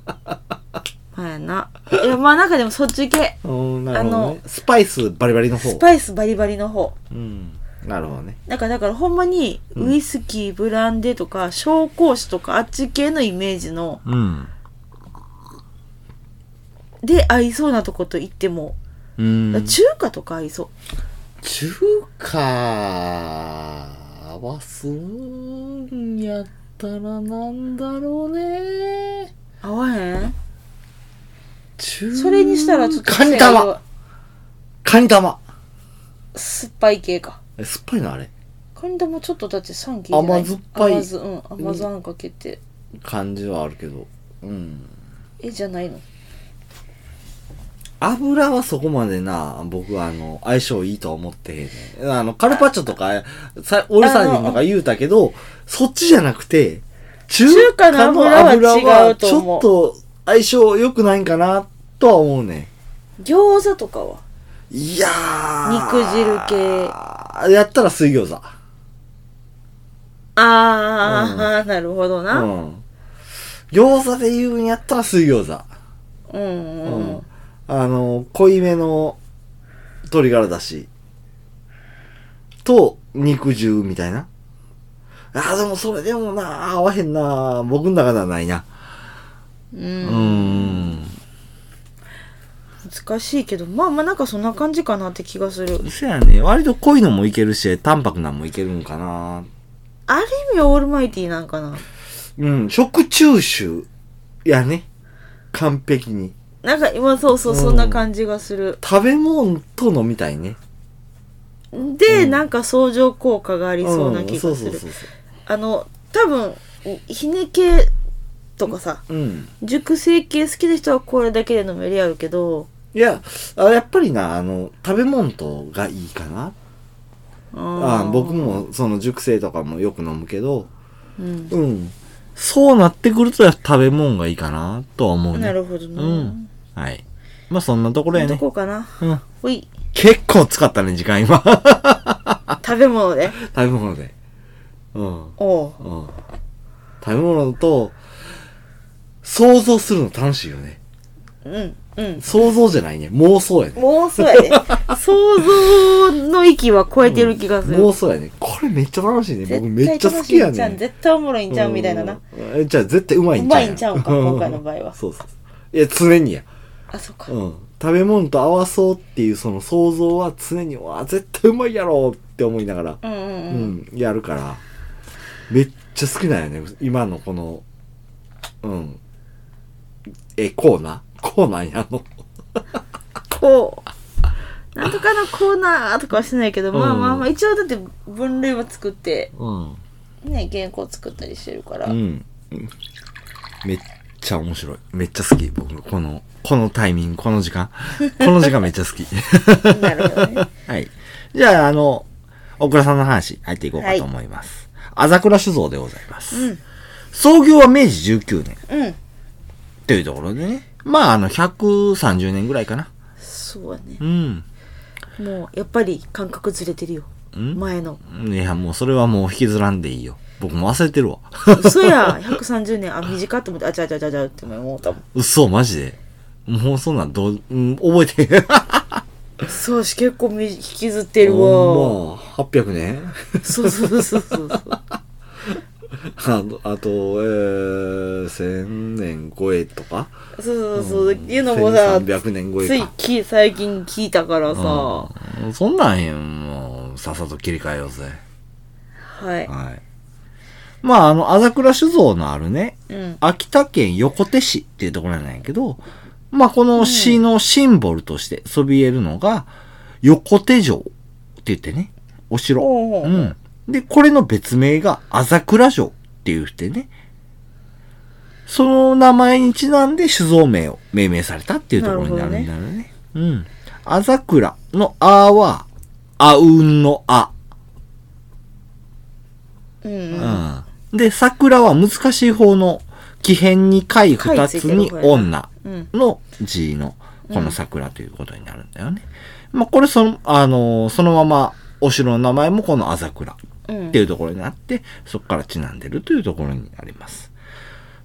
S2: あやな。い や、まあなんかでもそっち系。
S1: うん、な
S2: るほどね
S1: スパイスバリバリの方。
S2: スパイスバリバリの方。
S1: うん。なるほどね。
S2: なんかだからほんまに、ウイスキー、ブランデーとか、紹興酒とか、あっち系のイメージの
S1: うん。
S2: で合いそうなとこと言っても、
S1: う
S2: だ
S1: ん
S2: から中華とか合いそう
S1: 中華はするんやったらなんだろうね
S2: 合わへん
S1: 中
S2: それにしたらちょっと
S1: カニ玉カニ玉
S2: 酸っぱい系か
S1: え酸っぱいのあれ
S2: カニ玉ちょっとだって酸気ない
S1: 甘酸っぱい
S2: 甘酢うん甘酢あんかけて、
S1: 感じはあるけどうん
S2: えじゃないの
S1: 油はそこまでな、僕はあの、相性いいとは思ってへんねん。あの、カルパッチョとか、さオイルサーディンとか言うたけど、そっちじゃなくて、中
S2: 華の油は違う
S1: ち
S2: と思
S1: ょ
S2: う
S1: っと相性良くないんかな、とは思うね
S2: 餃子とかは
S1: ん。いやー。
S2: 肉汁
S1: 系。やったら水餃子。
S2: ああ、なるほど
S1: う
S2: な。
S1: ん。餃子で言うんやったら水餃子。
S2: うん、うん、
S1: う
S2: うん
S1: ん。あの、濃いめの鶏ガラだし、と、肉汁みたいな。あーでもそれでもな、合わへんな、僕の中ではないな。うーん。
S2: 難しいけど、まあまあなんかそんな感じかなって気がする。
S1: そやね、割と濃いのもいけるし、淡白なんもいけるんかな。
S2: ある意味オールマイティーなんかな。
S1: うん、食中酒やね。完璧に。
S2: なんか今そうそう、
S1: うん
S2: そんな感じがする。
S1: 食べ物と飲みたいね。
S2: で、なんか相乗効果がありそうな気
S1: そ
S2: が
S1: う
S2: す
S1: そう
S2: る
S1: そ。うそ
S2: あの、多分、ひね系とかさ、
S1: う。うん。
S2: 熟成系好きな人はこれだけで飲めりあるけど、
S1: いや、あやっぱりな、あの、食べ物とがいいかな。あ
S2: あ
S1: 僕。も、その熟成とかもよく飲むけど、
S2: うん。
S1: うん。そうなってくると、食べ物がいいかな、とは思うね。
S2: なるほどな。
S1: うん。はい。まあ、そんなところや
S2: ど
S1: ね。
S2: こかな。
S1: うん。
S2: ほい。
S1: 結構使ったね、時間今。
S2: 食べ物で。
S1: 食べ物で。うん。うん。
S2: おう。
S1: 食べ物と、想像するの楽しいよね。
S2: うん。うん。
S1: 想像じゃないね。妄想やね。
S2: 妄想やで。想像の域は超えてる気がする。
S1: 妄想やね。これめっちゃ楽しいね。
S2: 絶対
S1: 僕めっちゃ好きや
S2: 楽しいんちゃう
S1: ね。
S2: 絶対おもろいんちゃうみたいなな。
S1: うん。えじゃあ絶対うまいんちゃうや
S2: うまいんちゃうんか今回の場合は
S1: そうそうそう。いや、常にや。
S2: あ、そっか
S1: う。ん。食べ物と合わそうっていうその想像は常に、うわあ、絶対うまいやろって思いながら、
S2: うんうん
S1: う
S2: うん。
S1: ん、やるから、めっちゃ好きなんやね。今のこの、うん。え、コーナーコーナーやの。
S2: こう。なんとかのコーナーとかはしてないけど、まあまあまあ、一応だって分類は作って、
S1: うん。
S2: ね、原稿作ったりしてるから
S1: う。ん。めっちゃ面白い。めっちゃ好き。僕、この、このタイミング、この時 間。この時間めっちゃ好き。
S2: なるほどね。
S1: はい。じゃあ、あの、大倉さんの話、入っていこうかと思います。あざくら酒造でございます。
S2: うん
S1: 創業は明治19年
S2: うん。
S1: というところでね。まあ、あの、130年ぐらいかな。
S2: そうやね。
S1: うん。
S2: もう、やっぱり感覚ずれてるよ。
S1: ん
S2: 前の。
S1: いや、もうそれはもう引きずらんでいいよ。僕も忘れてるわ。
S2: 嘘や、130年、あ、短っと思って、あちゃあちゃあちゃあちゃって思ったもん。
S1: 嘘、マジで。もうそんなんどう、うん、覚えてへん。
S2: そうし、結構み引きずってるわ。
S1: もう、800年
S2: そうそうそうそうそう。
S1: あのあと、えー、1000年超えとか
S2: そうそうそう、いうのもさ、
S1: 1300年超えか
S2: ついき最近聞いたからさ、は
S1: うんそんなんへん、もう、さっさと切り替えようぜ。
S2: い。
S1: はい。まあ、あの、あざくら酒造のあるね、
S2: うん。
S1: 秋田県横手市っていうところなんやけど、まあ、この市のシンボルとしてそびえるのが、横手城って言ってね、お城。
S2: おうおう
S1: うん。で、これの別名が、あざくら城って言ってね、その名前にちなんで酒造名を命名されたっていうところになるんだよね。うん。あざくらのあは、あうんのあ。
S2: うんうん。
S1: うんで、桜は難しい方の、木片に貝二つに女
S2: うん。
S1: の字の、この桜ということになるんだよね。まあ、これその、あのーそのまま、お城の名前もこのあざくら
S2: うん
S1: っていうところになって、そこからちなんでるというところになります。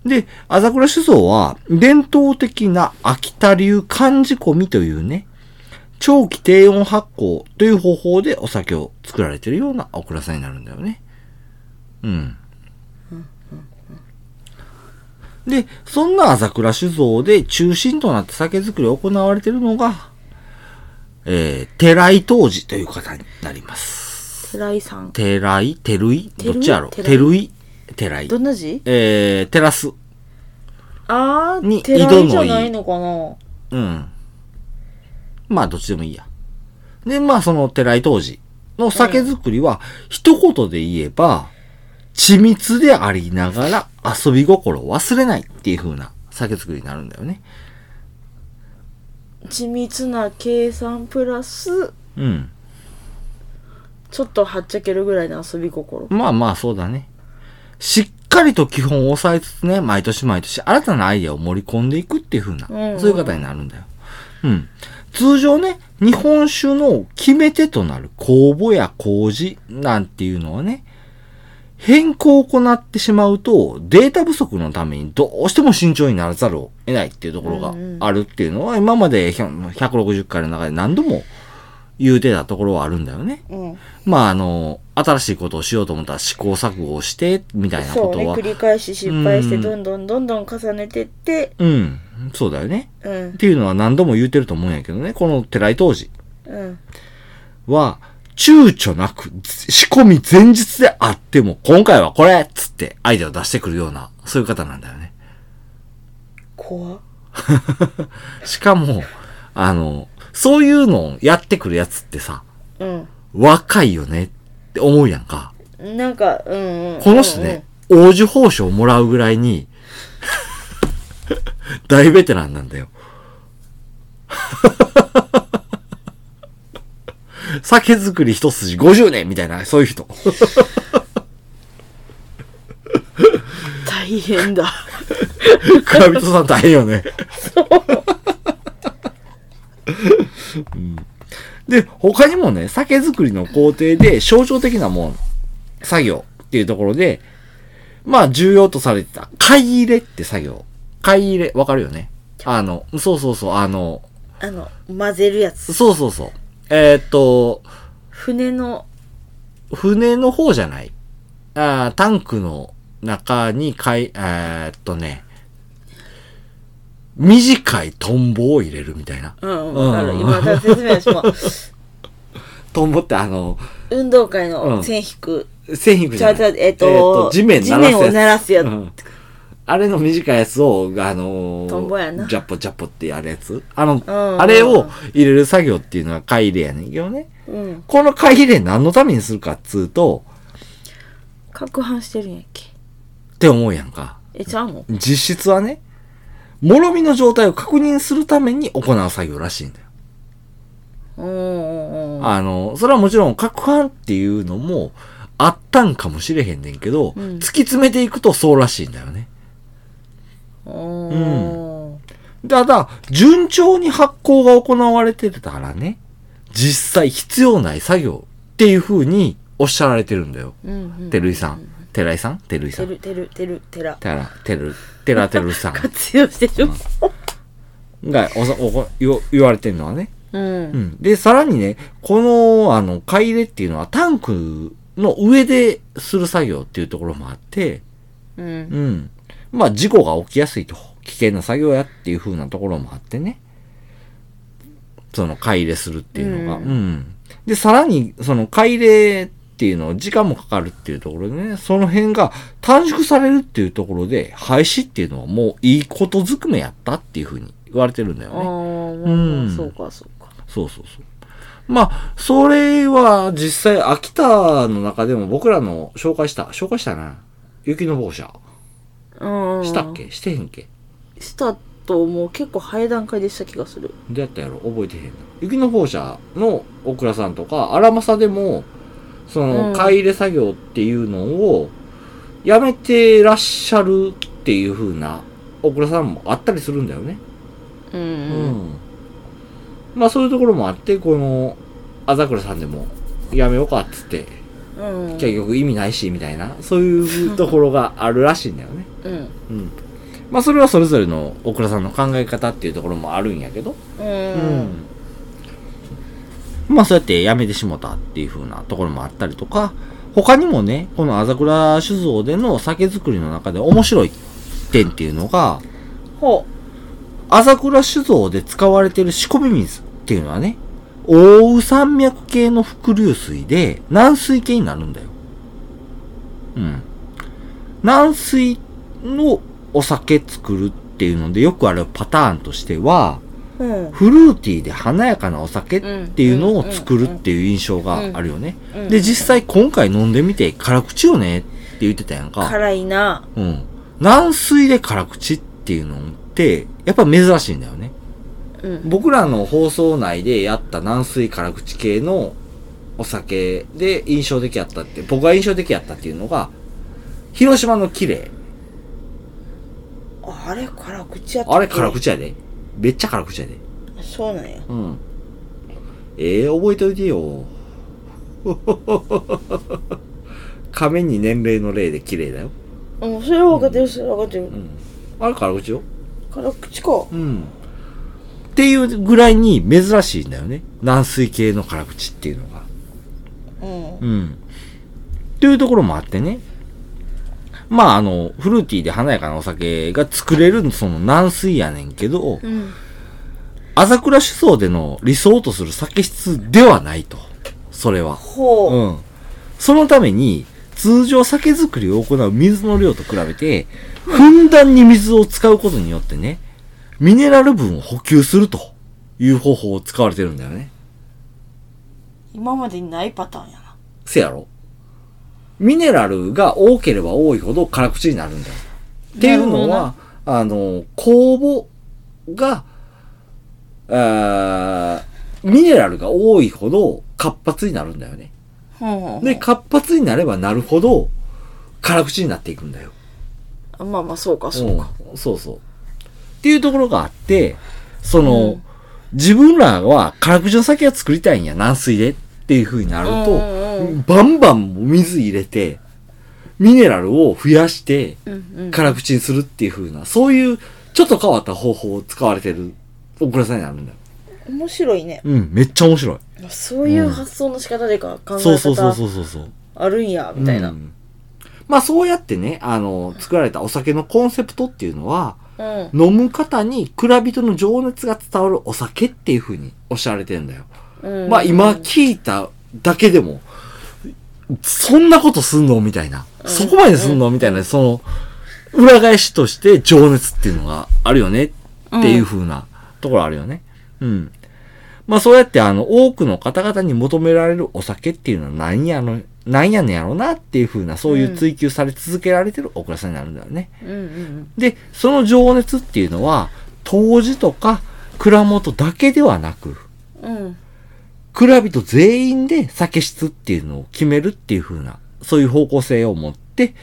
S1: で、あざくら酒造は、伝統的な秋田流漢字込みというね、長期低温発酵という方法でお酒を作られているようなお蔵さんになるんだよね。うん。で、そんな朝倉酒造で中心となって酒造りが行われているのが、えー、寺井当時という方になります。
S2: 寺井さん
S1: 寺井、照井、
S2: 照井
S1: どっちやろ
S2: 照井
S1: 照井、寺井
S2: ど。んな字
S1: えー、テラス。
S2: あー
S1: に
S2: 寺井じゃ
S1: 井戸の井
S2: ないのかな
S1: うん。まあ、どっちでもいいや。で、まあ、その寺井当時の酒造りは、一言で言えば、緻密でありながら遊び心を忘れないっていう風な酒造りになるんだよね。
S2: 緻密な計算プラス
S1: うん。
S2: ちょっとはっちゃけるぐらいの遊び心
S1: まあまあ、そうだね。しっかりと基本を抑えつつね、毎年毎年新たなアイデアを盛り込んでいくっていう風な、
S2: うんうん
S1: そういう方になるんだよ。うん。通常ね、日本酒の決め手となる酵母や麹なんていうのはね、変更を行ってしまうと、データ不足のためにどうしても慎重にならざるを得ないっていうところがあるっていうのは、今まで160回の中で何度も言うてたところはあるんだよね。
S2: うん
S1: まああの、新しいことをしようと思ったら試行錯誤をして、みたいなこ
S2: そう
S1: と
S2: ね
S1: は。
S2: 繰り返し失敗して
S1: うん
S2: どんどんどんどん重ねてって
S1: うん。そうだよね。
S2: うん
S1: っていうのは何度も言うてると思うんやけどね。この寺井当時
S2: うん
S1: は、躊躇なく、仕込み前日であっても、今回はこれっつってアイデアを出してくるような、そういう方なんだよね。
S2: 怖っ
S1: しかも、あの、そういうのをやってくるやつってさ、
S2: うん
S1: 若いよねって思うやんか。
S2: なんかうんうん
S1: この人ね、王子報酬をもらうぐらいに、 大ベテランなんだよ。酒造り一筋50年みたいな、そういう人。
S2: うんうん大変だ
S1: 蔵人さん大変よね。うん、 で、他にもね、酒造りの工程で象徴的なもん、作業っていうところで、まあ重要とされてた、買い入れって作業。買い入れ、わかるよねあの、そうそうそう、あの、
S2: あの混ぜるやつ
S1: そうそうそう。えーっと、
S2: 船の
S1: 船の方じゃない。あータンクの中にかい、えーっとね、短いトンボを入れるみたいな。
S2: うん
S1: うん
S2: うん、ある今から説明し ます。
S1: トンボってあの、
S2: 運動会
S1: う
S2: の
S1: ん
S2: 線引く。
S1: 線引く
S2: じゃあ、じゃあ、えっと、
S1: 地面鳴らすやつ
S2: 地面を鳴らすやつ。
S1: うんあれの短いやつを、あのー
S2: トンボやな
S1: ジャポジャポってやるやつあの、
S2: ん
S1: あれを入れる作業っていうのは買い入れやねんけどね。
S2: うん。
S1: この買い入れ何のためにするかっつうと、
S2: 攪拌してるんやっけ。
S1: って思うやんか。
S2: え、ちゃうの
S1: 実質はね、もろみの状態を確認するために行う作業らしいんだよ。
S2: うんうんうん。
S1: あの、それはもちろん、攪拌っていうのも、あったんかもしれへんねんけど、
S2: うん
S1: 突き詰めていくとそうらしいんだよね。
S2: うん。
S1: ただ、順調に発酵が行われてたらね、実際必要ない作業っていう風におっしゃられてるんだよ。
S2: うん。
S1: てるいさん。てらいさんてるいさ
S2: て
S1: ん。て
S2: る、てる、てる、てら。
S1: ら、てる、てらてるさ
S2: 活用してる。
S1: んがおさおこ言わ言われてるのはね。
S2: う。
S1: うんん。で、さらにね、この、あの、買い入れっていうのはタンクの上でする作業っていうところもあって、
S2: うん。
S1: うん。まあ、事故が起きやすいと。危険な作業やっていう風なところもあってね。その、買い入れするっていうのが。
S2: う
S1: うんん。で、さらに、その、買い入れっていうのを時間もかかるっていうところでね、その辺が短縮されるっていうところで、廃止っていうのはもういいことずくめやったっていう風に言われてるんだよ
S2: あ
S1: ね。
S2: ー
S1: う
S2: まあ、
S1: ん
S2: そうか、そうか。
S1: そうそうそう。まあ、それは実際、秋田の中でも僕らの紹介した、紹介したな。雪の防車。
S2: うん。
S1: したっけしてへんっけ
S2: したと、もう結構早い段階でした気がする。
S1: どうやったやろ覚えてへんな。雪の放射の大倉さんとか、荒政でも、そ
S2: うん
S1: の、買い入れ作業っていうのを、やめてらっしゃるっていう風な、大倉さんもあったりするんだよね。
S2: う。
S1: うんまあそういうところもあって、この、あざくらさんでも、やめようかっつって、
S2: うん。うん。
S1: 結局意味ないし、みたいな、そういうところがあるらしいんだよね。
S2: うん。
S1: うん。まあそれはそれぞれの大倉さんの考え方っていうところもあるんやけど、
S2: うん。
S1: まあそうやって辞めてしもたっていう風なところもあったりとか、他にもね、このあざくら酒造での酒造りの中で面白い店っていうのが、
S2: ほ
S1: 朝倉酒造で使われている仕込み水っていうのはね、奥羽山脈系の伏流水で軟水系になるんだよ。うん。軟水のお酒作るっていうので、よくあるパターンとしては、
S2: う。うん。
S1: フルーティーで華やかなお酒っていうのを作るっていう印象があるよね
S2: うんうん。
S1: で、実際今回飲んでみて辛口よねって言ってたやんか。
S2: 辛いな。
S1: うん。軟水で辛口っていうのって、やっぱ珍しいんだよね。
S2: うん。
S1: 僕らの放送内でやった軟水辛口系のお酒で印象的やったって、僕が印象的やったっていうのが、広島の綺麗。
S2: あれ、辛口やったっけ
S1: あれ辛口やで。めっちゃ辛口やで。
S2: そうなんや。
S1: うん。ええ覚えといてよ。亀に年齢の例で綺麗だよ。
S2: うん、それは分かってる、それは分かってる
S1: う。ん。あれ辛口よ。
S2: 辛口か。
S1: うん。っていうぐらいに珍しいんだよね。軟水系の辛口っていうのが。
S2: うん。
S1: うん。というところもあってね。まあ、あの、フルーティーで華やかなお酒が作れる、その軟水やねんけど、
S2: うん。
S1: 朝倉酒造での理想とする酒質ではないと。それは。
S2: ほう。
S1: うん。そのために、通常酒造りを行う水の量と比べて、ふんだんに水を使うことによってね、ミネラル分を補給するという方法を使われてるんだよね。
S2: 今までにないパターンやな。
S1: せやろミネラルが多ければ多いほど辛口になるんだよ。っていうの
S2: なる
S1: は、あの、酵母が、あーミネラルが多いほど活発になるんだよね。
S2: ほうほうほう
S1: で、活発になればなるほど、辛口になっていくんだよ。
S2: あまあまあ、そうか、そうか。
S1: うんそうそう。っていうところがあって、その、
S2: うん
S1: 自分らは辛口の酒を作りたいんや、軟水でっていう風になると、
S2: うんうんう
S1: バンバン水入れて、ミネラルを増やして、
S2: うんうん。
S1: 辛口にするっていう風な、そういうちょっと変わった方法を使われてる、お蔵さんになるんだよ。
S2: 面白いね。
S1: うん、めっちゃ面白い。
S2: そういう発想の仕方でか、考
S1: そう
S2: え
S1: そうそう
S2: 方
S1: そうそうそう。
S2: あるんや、みたいうな。
S1: んまあそうやってね、あの、作られたお酒のコンセプトっていうのは、
S2: うん。
S1: 飲む方に蔵人の情熱が伝わるお酒っていう風におっしゃられてるんだよ。
S2: うん
S1: まあ今聞いただけでも、そんなことすんのみたいな。そこまですんのみたいな、その、裏返しとして情熱っていうのがあるよねっていう風なところあるよね。うん。まあそうやってあの、多くの方々に求められるお酒っていうのは何やの、何やねんやろなっていう風な、そういう追求され続けられてるお蔵さんになるんだよね。
S2: うんうん
S1: で、その情熱っていうのは、当時とか蔵元だけではなく、
S2: うん。うん。
S1: 蔵人全員で酒質っていうのを決めるっていう風な、そういう方向性を持って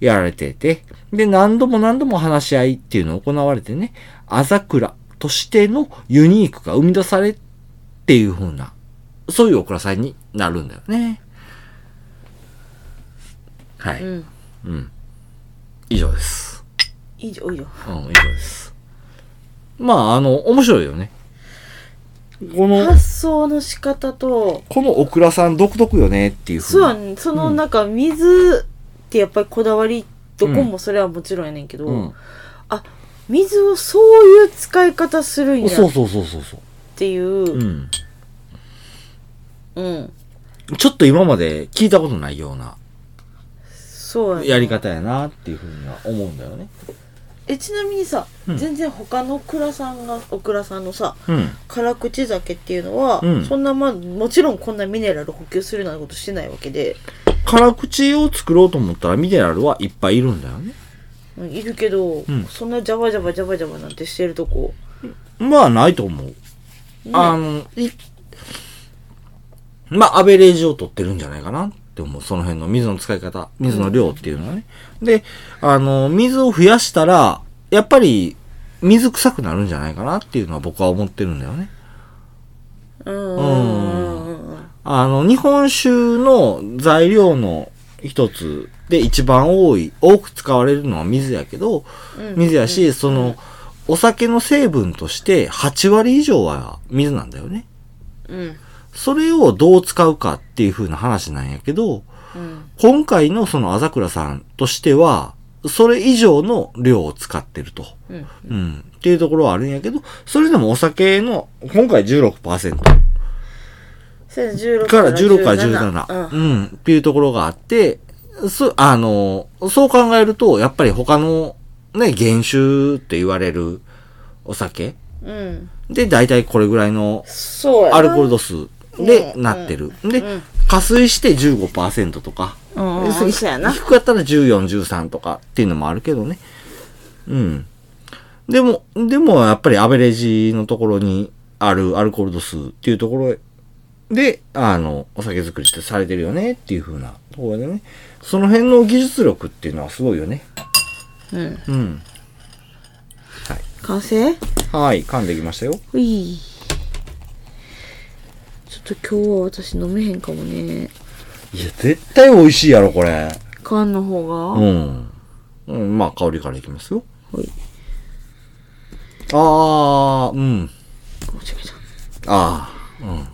S1: やられてて、で、何度も何度も話し合いっていうのを行われてね、あざくらとしてのユニークが生み出されっていう風な、そういうお蔵さんになるんだよね。は
S2: う
S1: い。
S2: ん。
S1: うん。以上です。
S2: 以上、
S1: う
S2: 以上。
S1: ん、以上です。まあ、あの、面白いよね。この、
S2: 発想の仕方と、
S1: このオクラさん独特よねっていうふ
S2: そうう
S1: な
S2: やね。その、なんか、水ってやっぱりこだわり、どこもそれはもちろんやねんけど、
S1: うん。
S2: あ、水をそういう使い方するんや
S1: そう
S2: っ
S1: そうそうそうそう。
S2: ていう、
S1: うん。
S2: うん。
S1: ちょっと今まで聞いたことないような
S2: そうやね
S1: やり方やなっていうふうには思うんだよね。
S2: え、ちなみにさ、
S1: うん
S2: 全然他の蔵さんが、お蔵さんのさ、
S1: うん。
S2: 辛口酒っていうのは、
S1: うん
S2: そんなまあもちろんこんなミネラル補給するようなことしてないわけで、
S1: 辛口を作ろうと思ったらミネラルはいっぱいいるんだよね。
S2: うんいるけど、
S1: ん
S2: そんなジャバジャバジャバジャバなんてしてるとこ、
S1: まあ、ないと思う。
S2: ね
S1: あの、い、まあ、アベレージを取ってるんじゃないかなって思う。その辺の水の使い方、水の量っていうのはね。で、あの、水を増やしたら、やっぱり、水臭くなるんじゃないかなっていうのは僕は思ってるんだよね。
S2: うんうんうんうん
S1: あの、日本酒の材料の一つで一番多い、多く使われるのは水やけど、
S2: うん
S1: 水やし、その、お酒の成分として8割以上は水なんだよね。
S2: うん
S1: それをどう使うかっていう風な話なんやけど、
S2: うん
S1: 今回のそのあざくらさんとしては、それ以上の量を使ってると。
S2: うん。
S1: うん。っていうところはあるんやけど、それでもお酒の、今回16%
S2: それで16
S1: から16から17。
S2: う。
S1: うんん。っていうところがあって、そ、あの、そう考えると、やっぱり他の、ね、原酒って言われるお酒
S2: うん。
S1: で、だいたいこれぐらいの
S2: そうやな
S1: アルコール度数でなってる。で
S2: うん、
S1: 加水して15%とか。
S2: うんうん
S1: そう
S2: そうやな
S1: 低かったら14、13とかっていうのもあるけどね。うん。でも、でもやっぱりアベレージのところにあるアルコール度数っていうところで、あの、お酒作りってされてるよねっていう風なところでね。その辺の技術力っていうのはすごいよね。
S2: うん。
S1: うん。
S2: 完成
S1: はい、噛んできましたよ。
S2: ほい。ちょっと今日は私飲めへんかもね。
S1: いや、絶対美味しいやろ、これ。
S2: 缶の方
S1: う
S2: が、
S1: ん。うん、まあ、香りからいきますよ。
S2: ほい。
S1: あー、うん。
S2: 間違えた。
S1: ああ、うん。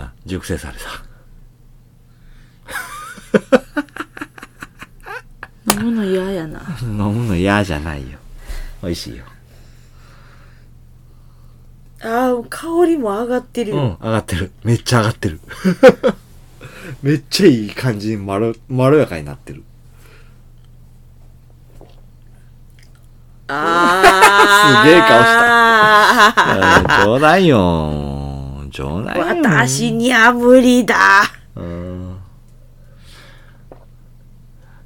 S1: あ、熟成された。
S2: 飲むの嫌やな。
S1: 飲むの嫌じゃないよ。美味しいよ。
S2: ああ、香りも上がってる
S1: うん、
S2: よ。
S1: 上がってる。めっちゃ上が ってる。めっちゃいい感じにまろ、まろやかになってる。
S2: あ あ。
S1: すげえ顔
S2: した。
S1: 冗談よ。冗談よ。
S2: 私には無理だ。
S1: うん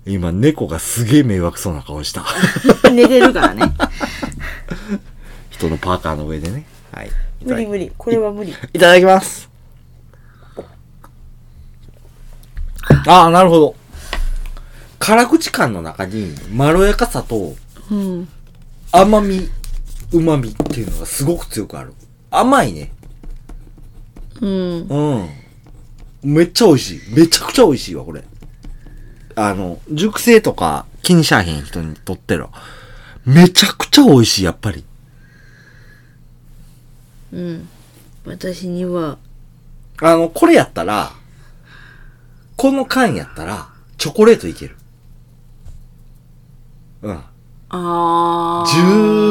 S1: 今、猫がすげえ迷惑そうな顔 した。
S2: 寝てるからね。
S1: 人のパーカーの上でね。はい。いた
S2: 無
S1: だき
S2: 理無理。これは無理。
S1: いただきます。ああ、なるほど。辛口感の中に、まろやかさと
S2: うん。
S1: 甘み、旨みっていうのがすごく強くある。甘いね。
S2: うん。
S1: うん。めっちゃ美味しい。めちゃくちゃ美味しいわ、これ。あの、熟成とか気にしゃあへん人にとってろ。めちゃくちゃ美味しい、やっぱり。
S2: うん。私には、
S1: あの、これやったら、この缶やったら、チョコレートいける。うん。
S2: ああ。
S1: 十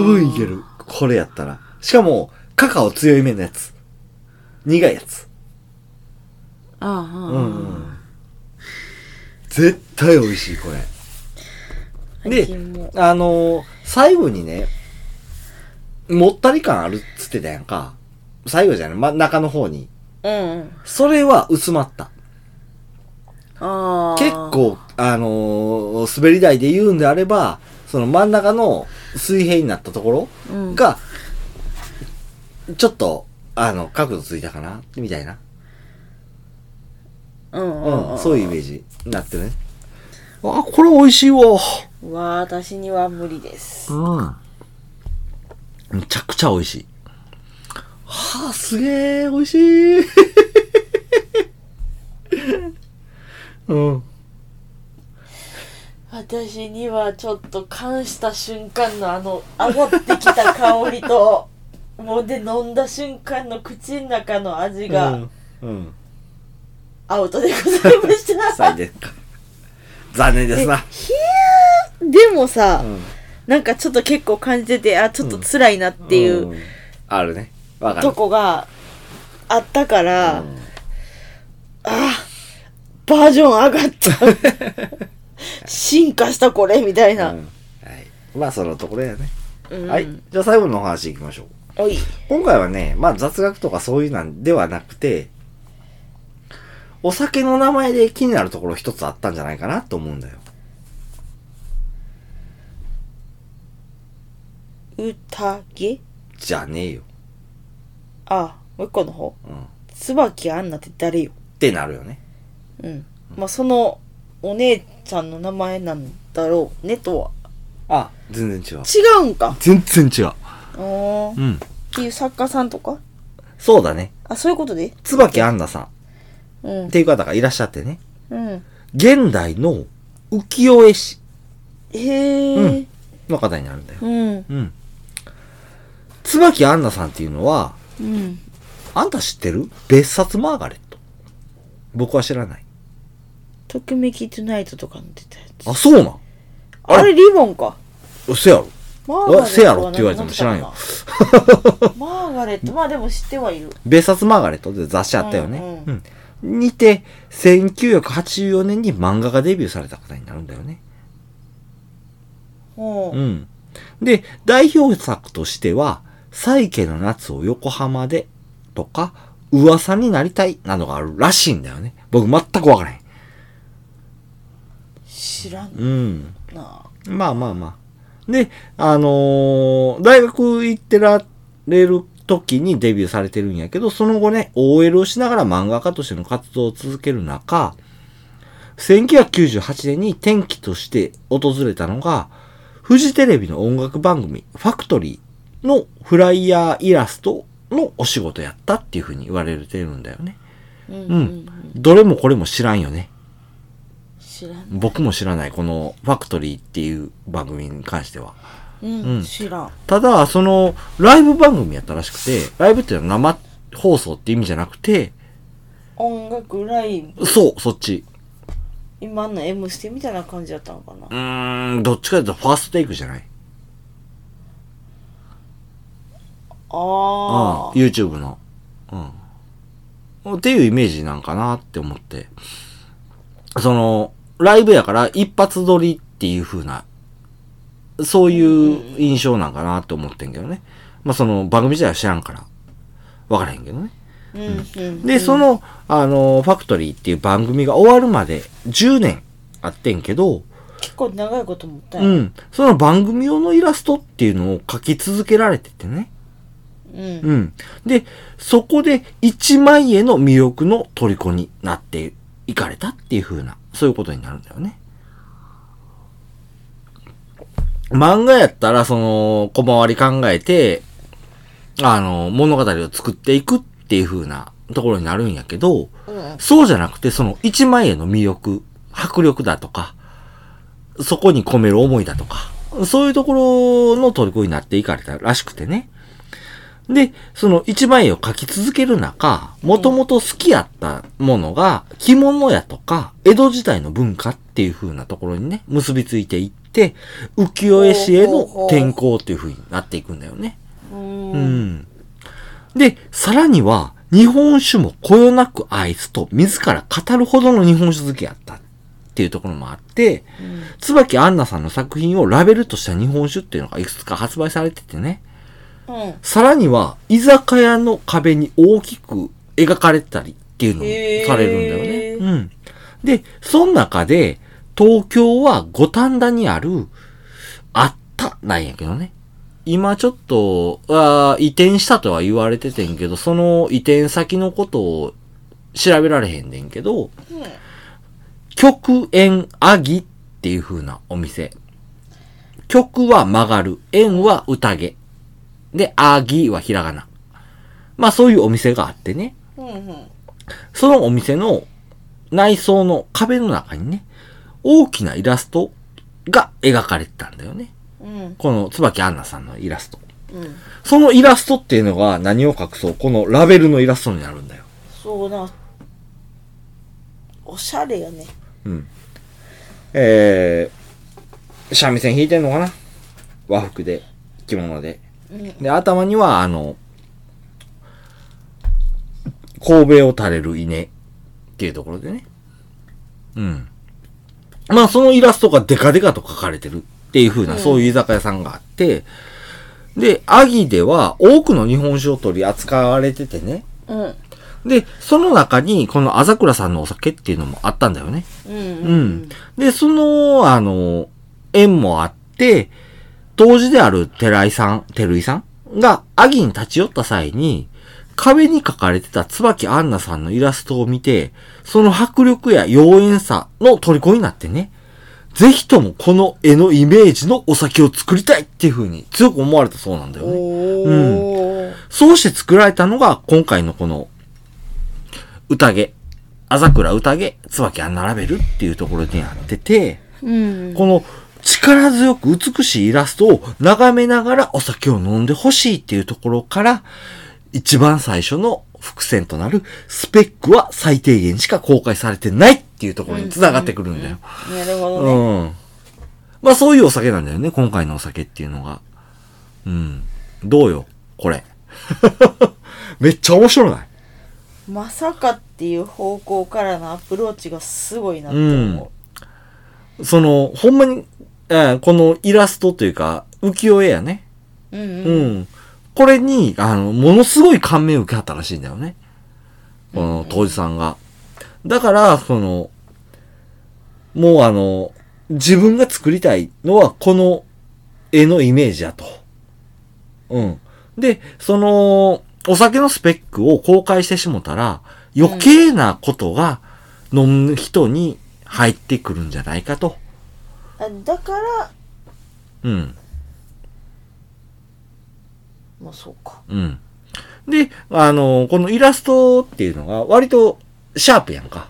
S1: 分いける。これやったら。しかも、カカオ強いめのやつ。苦いやつ。
S2: あ
S1: う、
S2: あ、うん
S1: うん。絶対美味しい、これ。
S2: 最
S1: で
S2: 近も、
S1: あのー最後にね、もったり感あるっつってたやんか。最後じゃない、真ん中の方に。
S2: うんうん。
S1: それは薄まった。
S2: ああ。
S1: 結。構、あのー滑り台で言うんであれば、その真ん中の水平になったとこ
S2: う
S1: ろ
S2: ん。
S1: が、ちょっと、あの、角度ついたかなみたいな。
S2: うんうん
S1: う、
S2: うんん。
S1: そういうイメージになってるね。あ、これ美味しいわ。
S2: 私には無理です。
S1: うん。めちゃくちゃ美味しい。はあ、すげえ、美味しい。 うん。
S2: 私にはちょっと缶した瞬間のあの上がってきた香りと、もうで飲んだ瞬間の口の中の味
S1: う
S2: が
S1: ん。うん。
S2: アウトでございました。
S1: 最ですか。残念ですな。
S2: でもさ、
S1: うん
S2: なんかちょっと結構感じてて、あ、ちょっと辛いなっていうん
S1: あるねわかる
S2: とこがあったから、
S1: うん
S2: バージョン上がった。 進化したこれみたいな。
S1: うんはい、まあそのところやね、
S2: うん
S1: はいじゃあ最後のお話いきましょう
S2: おい。
S1: 今回はねまあ雑学とかそういうなんではなくてお酒の名前で気になるところ一つあったんじゃないかなと思うんだよ
S2: 宴
S1: じゃねえよ、
S2: あ、もう一個の方。
S1: うん、っ
S2: 椿アンナって誰よ。
S1: てなるよね
S2: うん。まあ、その、お姉ちゃんの名前なんだろうねとは。
S1: あ全然違う
S2: 違うんか。
S1: 全然違う
S2: お
S1: うん
S2: っていう作家さんとか
S1: そうだね
S2: あ、そういうことで
S1: 椿アンナさん
S2: うん
S1: っ。ていう方がいらっしゃってね
S2: うん。
S1: 現代の浮世絵師
S2: へえ。
S1: の方になるんだよ
S2: うん。
S1: うん。椿アンナさんっていうのは、
S2: うん。
S1: あんた知ってる別冊マーガレット。僕は知らない。
S2: ときめきトゥナイトとかの出たやつ
S1: あ、そうなん
S2: あれリボンか
S1: うせやろ。
S2: マーガレット
S1: あせやろって言われても知らんよ
S2: はマーガレッ トまあでも知ってはいる
S1: 別冊マーガレットって雑誌あったよね。
S2: うん
S1: うんにて、1984年に漫画がデビューされたことになるんだよね。
S2: ほう
S1: うん。で、代表作としては、サイケの夏を横浜でとか、噂になりたいなのがあるらしいんだよね。僕全くわからへん。
S2: 知らん
S1: うん。
S2: な
S1: まあまあまあ。で、あのー大学行ってられる時にデビューされてるんやけど、その後ね、OL をしながら漫画家としての活動を続ける中、1998年に転機として訪れたのが、フジテレビの音楽番組、ファクトリーのフライヤーイラストのお仕事やったっていうふうに言われてるんだよね。
S2: うんうん、
S1: うん。どれもこれも知らんよね。
S2: 知らん
S1: 僕も知らない、このファクトリーっていう番組に関しては。
S2: うん、
S1: うん
S2: 知らん
S1: ただ、その、ライブ番組やったらしくて、ライブっていうのは生放送って意味じゃなくて、
S2: 音楽ライブ
S1: そう、そっち。
S2: 今の M ステみたいな感じだったのかな
S1: うーん、どっちかというとファーストテイクじゃない。うん、
S2: ああ
S1: YouTube の。うん。っていうイメージなんかなって思って。その、ライブやから一発撮りっていう風な、そういう印象なんかなって思ってんけどね。まあ、その番組自体は知らんから、わからへんけどね。
S2: うんうん
S1: で、その、あの、ファクトリーっていう番組が終わるまで10年あってんけど、
S2: 結構長いこともった
S1: う
S2: い
S1: ん。その番組用のイラストっていうのを描き続けられててね。
S2: うんうん
S1: うん。で、そこで一枚絵の魅力の虜になっていかれたっていう風な、そういうことになるんだよね。漫画やったら、その、小回り考えて、あの、物語を作っていくっていう風なところになるんやけど、
S2: うん
S1: そうじゃなくて、その一枚絵の魅力、迫力だとか、そこに込める思いだとか、そういうところの虜になっていかれたらしくてね。で、その一枚絵を描き続ける中、もともと好きやったものが着物やとか、江戸時代の文化っていう風なところにね、結びついていって、浮世絵師への転向っていう風になっていくんだよね。
S2: うん
S1: うん。で、さらには、日本酒もこよなく愛すと、自ら語るほどの日本酒好きやったっていうところもあって、椿アンナさんの作品をラベルとした日本酒っていうのがいくつか発売されててね。
S2: うん
S1: さらには、居酒屋の壁に大きく描かれてたりっていうのもされるんだよね
S2: へ。ー
S1: うん。で、その中で、東京は五反田にある、あった、なんやけどね。今ちょっと、あー移転したとは言われててんけど、その移転先のことを調べられへんねんけど、
S2: うん
S1: 極円あぎっていう風なお店。極は曲がる。円は宴。で、あぎはひらがな。まあそういうお店があってね。
S2: うんうん
S1: そのお店の内装の壁の中にね、大きなイラストが描かれてたんだよね。
S2: うん
S1: この椿アンナさんのイラスト。
S2: うん
S1: そのイラストっていうのが何を隠そうこのラベルのイラストになるんだよ。
S2: そうなおしゃれやね
S1: うん。えー、三味線弾いてんのかな和服で、着物で。
S2: うん
S1: で、頭には、あの、神戸を垂れる稲っていうところでね。うん。まあ、そのイラストがデカデカと描かれてるっていう風な、
S2: うん
S1: そういう居酒屋さんがあって、で、アギでは多くの日本酒を取り扱われててね。
S2: うん
S1: で、その中に、このあざくらさんのお酒っていうのもあったんだよね。
S2: うん
S1: うん。で、その、あの、縁もあって、当時である寺井さん、照井さんが、アギに立ち寄った際に、壁に描かれてた椿アンナさんのイラストを見て、その迫力や妖艶さの虜になってね、ぜひともこの絵のイメージのお酒を作りたいっていう風に強く思われたそうなんだよね。
S2: おー
S1: そうして作られたのが、今回のこの、宴、あざくら宴、椿あんなラベルっていうところになってて、
S2: うん
S1: この力強く美しいイラストを眺めながらお酒を飲んでほしいっていうところから、一番最初の伏線となるスペックは最低限しか公開されてないっっていうところに繋がってくるんだよ。
S2: なるほ
S1: う
S2: どね。
S1: ん。まあそういうお酒なんだよね、今回のお酒っていうのが。うん。どうよ、これ。 めっちゃ面白ない
S2: まさかっていう方向からのアプローチがすごいなって思
S1: その、ほんまに、えーこのイラストというか、浮世絵やね。
S2: う。うん
S1: う
S2: うん。
S1: ん。これに、あの、ものすごい感銘を受けはったらしいんだよね。この、当時さんが。だから、その、もうあの、自分が作りたいのは、この絵のイメージだと。うん。で、その、お酒のスペックを公開してしもたら、余計なことが飲む人に入ってくるんじゃないかと。
S2: あだから、
S1: うん。
S2: まあそうか。
S1: うん。で、あの、このイラストっていうのが割とシャープやんか。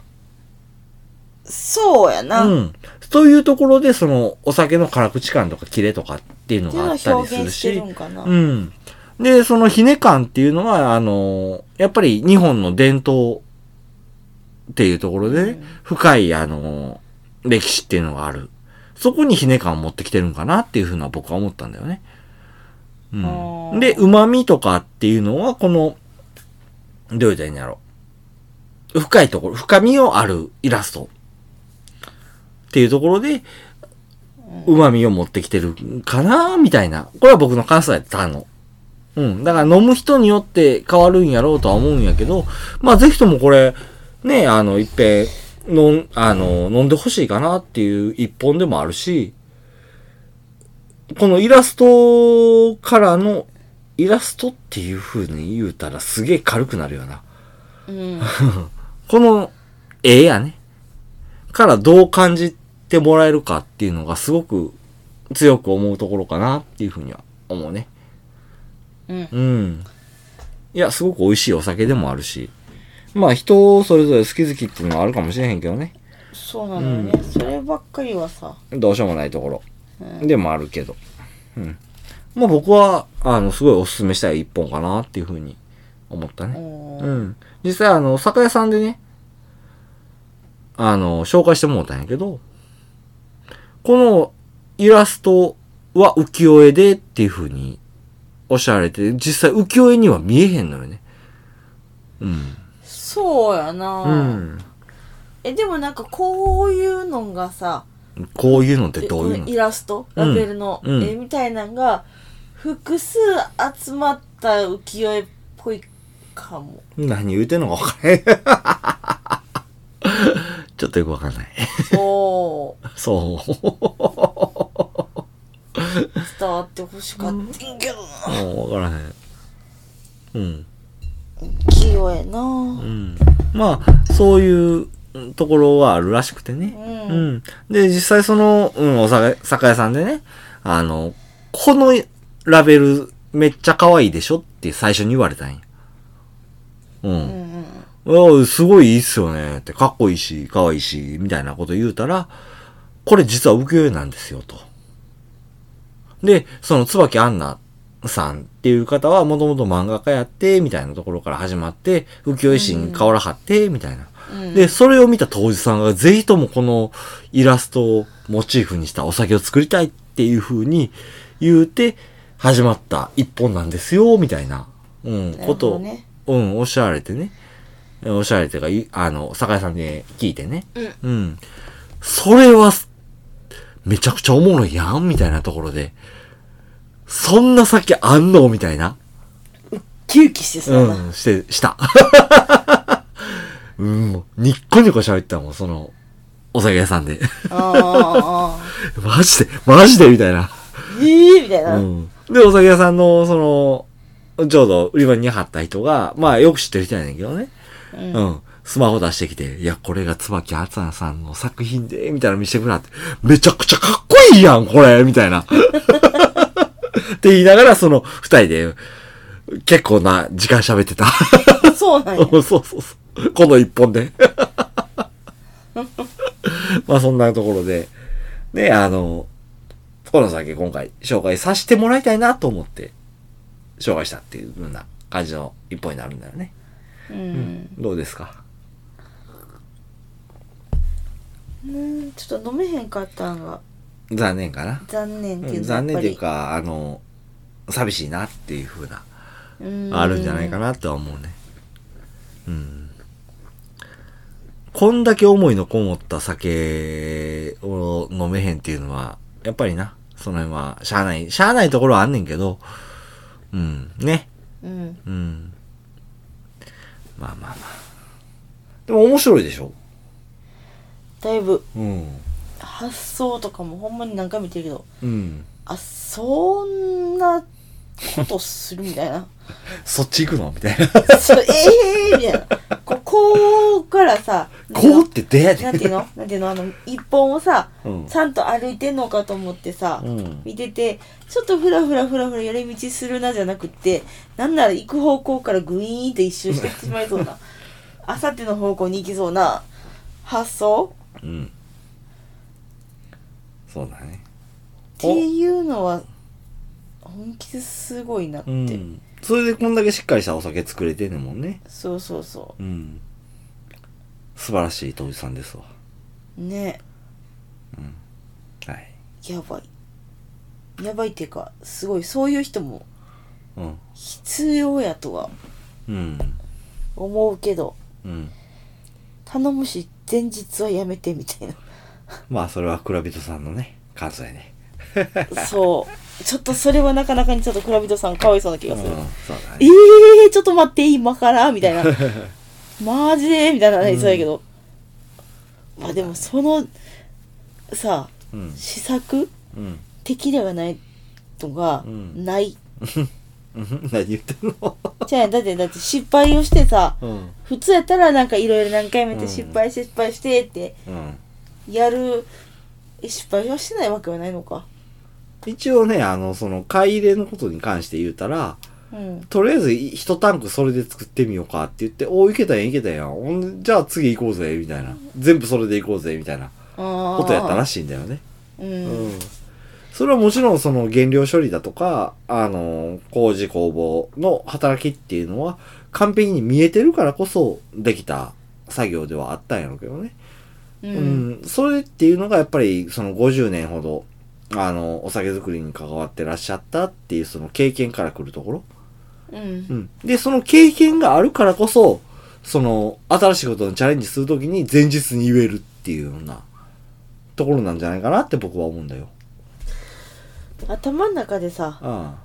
S2: そうやな。
S1: う
S2: っ
S1: ん。そういうところで、その、お酒の辛口感とかキレとかっていうの
S2: ていう
S1: が
S2: の
S1: あ
S2: を
S1: ったりす
S2: 表
S1: る
S2: 現して
S1: し
S2: る。んかな。
S1: うん。で、そのひね感っていうのは、あの、やっぱり日本の伝統っていうところでね、
S2: うん
S1: 深い、あの、歴史っていうのがある。そこにひね感を持ってきてるんかなっていうふうな僕は思ったんだよね。う
S2: あー
S1: ん。で、旨味とかっていうのは、この、どう言ったらいいんやろ深いところ、深みをあるイラスト。っていうところで、旨味を持ってきてるかなみたいな。これは僕の感想やったの。うん。だから飲む人によって変わるんやろうとは思うんやけど、まあぜひともこれ、ね、あの、いっぺん、飲ん、あの、飲んでほしいかなっていう一本でもあるし、このイラストからの、イラストっていう風に言うたらすげえ軽くなるよな。
S2: うん。
S1: この絵やね、からどう感じてもらえるかっていうのがすごく強く思うところかなっていうふうには思うね。
S2: うん。
S1: うん。いや、すごく美味しいお酒でもあるし、まあ人それぞれ好き好きっていうのはあるかもしれへんけどね。
S2: そうなのよね、そればっかりはさ。
S1: どうしようもないところ
S2: うん
S1: でもあるけど。うん。まあ僕は、あの、すごいおすすめしたい一本かなっていうふうに思ったね。
S2: お
S1: う
S2: ー
S1: ん。実際、あの、酒屋さんでね、あの、紹介してもらったんやけど、このイラストは浮世絵でっていう風におっしゃられて、実際浮世絵には見えへんのよね。うん。
S2: そうやな、
S1: うん。
S2: え、でもなんかこういうのがさ、
S1: こういうのってどういう
S2: こ
S1: の
S2: イラスト、
S1: うん
S2: ラベルの
S1: うん
S2: 絵みたいなのが、複数集まった浮世絵っぽいかも。
S1: 何言うてんのか分からへん。 ちょっとよくわかんない。
S2: そう。
S1: そう。
S2: 伝わってほしかったんけどな。
S1: もう分からへん。うん。
S2: 浮世絵な
S1: うん、まあそういううんところはあるらしくてね、
S2: うん
S1: で実際その、うん、お酒酒屋さんでねあのこのラベルめっちゃ可愛いでしょって最初に言われたんやう、
S2: うんんうん。
S1: うん、すごいいいっすよねってかっこいいし可愛いしみたいなこと言うたらこれ実は浮世絵なんですよとでその椿アンナさんっていう方はもともと漫画家やってみたいなところから始まって浮世絵師に瓦張ってみたいな、
S2: うん
S1: で、それを見た当時さんが、ぜひともこのイラストをモチーフにしたお酒を作りたいっていう風に言うて、始まった一本なんですよ、みたいな、うん、
S2: なる
S1: こ
S2: ほ
S1: と
S2: ど
S1: を、
S2: ね
S1: うん、おっしゃられてね。おっしゃられてが、いあの、酒屋さんで聞いてね。うん。それは、めちゃくちゃおもろいやん、みたいなところで。そんな酒あんのみたいな。
S2: キュウキしてさ、
S1: うん、して、した。 うん、もう、ニッコニコ喋ってたもん、その、お酒屋さんで。
S2: あああ
S1: マジで、マジでみたいな。
S2: ー、ええみたいな。
S1: うん。で、お酒屋さんの、その、ちょうど売り場に貼った人が、まあ、よく知ってる人やねんけどね。
S2: うん
S1: うん。スマホ出してきて、いや、これが椿あつなさんの作品で、みたいなの見せてくれって、めちゃくちゃかっこいいやん、これみたいな。って言いながら、その、二人で、結構な時間喋ってた。
S2: そうなんや。
S1: そうそうそう。この一本で。 まあそんなところで、ね、あの、この先今回紹介させてもらいたいなと思って、紹介したっていうような感じの一本になるんだよね。
S2: うん。
S1: どうですか
S2: うんちょっと飲めへんかったんが
S1: 残念かな。
S2: 残念っていううん
S1: 残念っていうか、あの、寂しいなっていうふうな、あ
S2: あ
S1: るんじゃないかなとは思うね。うん。こんだけ思いのこもった酒を飲めへんっていうのは、やっぱりな、その辺は、しゃあない、しゃあないところはあんねんけど、うん、ね。
S2: うん
S1: うん。まあまあまあ。でも面白いでしょ
S2: だいぶ
S1: うん。
S2: 発想とかもほんまに何回も言ってるけど
S1: うん。
S2: あそんなことするみたいな
S1: そっち行くのみたいな。
S2: そうええー、みたいなこうこうからさ
S1: こうって出や
S2: なんて
S1: で。
S2: いうのなんていうのあの一本をさ、
S1: うん
S2: ちゃんと歩いてんのかと思ってさ、
S1: うん
S2: 見ててちょっとふらふらふらふら寄り道するなじゃなくってなんなら行く方向からグイーンと一周してしまいそ うなあさっての方向に行きそうな発想
S1: うん。そうだね。
S2: っていうのは本気ですごいなって、
S1: うん。それでこんだけしっかりしたお酒作れてんねんもんね。
S2: そうそうそ
S1: うん。素晴らしい杜氏さんですわ。
S2: うね
S1: はい。
S2: やばいやばいっていうかすごいそういう人も
S1: うん。
S2: 必要やとは
S1: うん。
S2: 思うけど
S1: うん。
S2: 頼むし前日はやめてみたい
S1: まあ、それは蔵人さんのね、感想やね。
S2: なそうちょっとそれはなかなかにちょっと蔵人さんかわいそうな気
S1: うん。
S2: がす
S1: そう
S2: る、
S1: だ
S2: え
S1: ね。
S2: ー、ちょっと待って今からみた いなマジでみたいなのありそうやけど、まあでもそのさ
S1: うん。
S2: 試作
S1: うん。
S2: 的ではないのが
S1: うん
S2: ない、
S1: うん何言ってんの
S2: じゃあだってだって失敗をしてさ
S1: うん。
S2: 普通やったらなんかいろいろ何回もやって
S1: うん
S2: 失敗して失敗してって
S1: うん。
S2: やる失敗はしてないわけはないのか
S1: 一応ね、あの、その、買い入れのことに関して言うたら、
S2: うん
S1: とりあえず一タンクそれで作ってみようかって言って、おお、いけたやん、いけたやん。ほんじゃあ次行こうぜ、みたいな。全部それで行こうぜ、みたいなこ
S2: こと
S1: やったらしいんだよね。う
S2: う
S1: んん。それはもちろんその原料処理だとか、あの、工事工房の働きっていうのは、完璧に見えてるからこそできた作業ではあったんやろうけどね。
S2: う
S1: うんん、それっていうのがやっぱりその50年ほどあのお酒造りに関わってらっしゃったっていうその経験から来るところ、
S2: うん
S1: うん、でその経験があるからこそその新しいことにチャレンジするときに前日に言えるっていうようなところなんじゃないかなって僕は思うんだよ。
S2: 頭の中でさ
S1: あ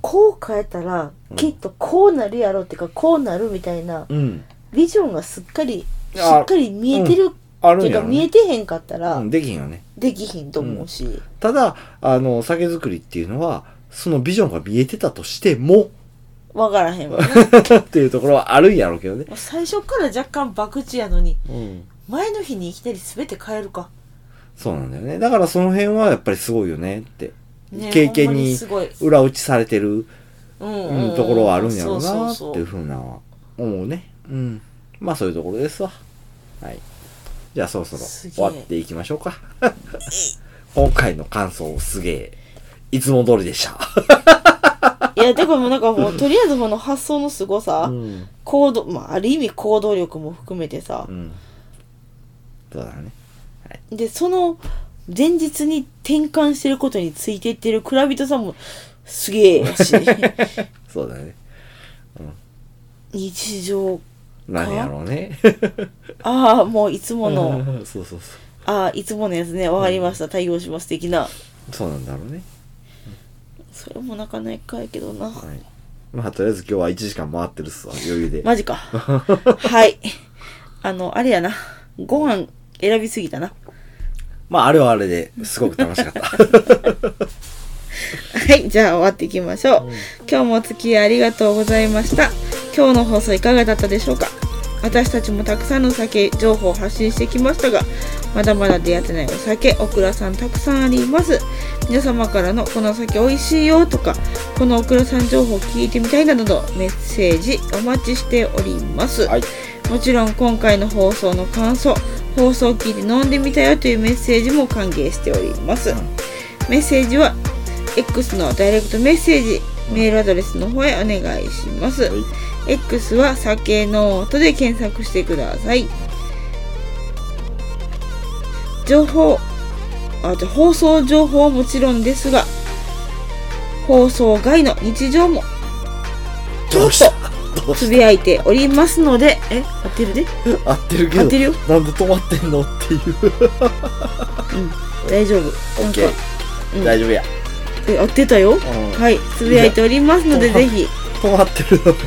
S2: こう変えたら
S1: うん
S2: きっとこうなるやろってかこうなるみたいな
S1: あうん、
S2: ビジョンがすっかり
S1: い
S2: し
S1: や
S2: っかり見えてる
S1: あ
S2: っ
S1: る
S2: てい
S1: ん
S2: う
S1: や
S2: か
S1: ろ、
S2: 見え
S1: ね
S2: てへんかったら
S1: うん、できひんよね。
S2: できひんと思うした
S1: だあの酒造りっていうのはそのビジョンが見えてたとしても
S2: わからへんわな
S1: っていうところはあるんやろうけどね。
S2: もう最初から若干博打やのに
S1: うん
S2: 前の日にいきなり全て変えるか
S1: そうなんだよね。だからその辺はやっぱりすごいよねって。
S2: ね
S1: 経験
S2: ほんま
S1: に
S2: すごい
S1: 裏打ちされてる、
S2: うん
S1: うんところはあるんやろうなって
S2: そ
S1: いううふうな思うね。うん。まあそういうところですわ。はい。じゃあそろそろ
S2: すげえ
S1: 終わっていきましょうか。 今回の感想すげえ。いつも通りでした。
S2: いやだからもうなんかもうとりあえずこの発想のすごさ、
S1: ん。
S2: 行動まあある意味行動力も含めてさ
S1: う、ん。そうだね。
S2: でその前日に転換してることについていってる蔵人さんもすげえ やし
S1: そうだね。
S2: 日常
S1: 何やろうね。
S2: ああもういつもの
S1: そうそうそう。
S2: ああいつものやつねわかりました対応します的な
S1: そうなんだろうね。
S2: それもなかなかやけどな
S1: はい。まあとりあえず今日は1時間回ってるっすわ。余裕で。
S2: マ ジかはいあのあれやなご飯選びすぎたな
S1: まあ、あれはあれですごく楽しかった。
S2: はい、じゃあ終わっていきましょう。今日もお付き合いありがとうございました。今日の放送いかがだったでしょうか私たちもたくさんの酒情報を発信してきましたが、まだまだ出会ってないお酒、オクラさんたくさんあります。皆様からのこの酒美味しいよとか、このオクラさん情報を聞いてみたいなどのメッセージお待ちしております。
S1: はい。
S2: もちろん今回の放送の感想放送を聞いて飲んでみたよというメッセージも歓迎しております、
S1: うん
S2: メッセージは X のダイレクトメッセージメールアドレスの方へお願いします、
S1: はい
S2: X は酒ノートで検索してください情報あじゃあ放送情報はもちろんですが放送外の日常も
S1: どうしたどう
S2: つ
S1: し
S2: ぶやいておりますのでえ合ってるで
S1: た合ってるけど
S2: 合ってるよ
S1: なんで止まってんのっていう
S2: 大丈夫なんか
S1: OK、
S2: う ん
S1: 大丈夫や、
S2: え合ってたよはいつぶやいておりますので
S1: いや
S2: ぜひ
S1: 止まってるのが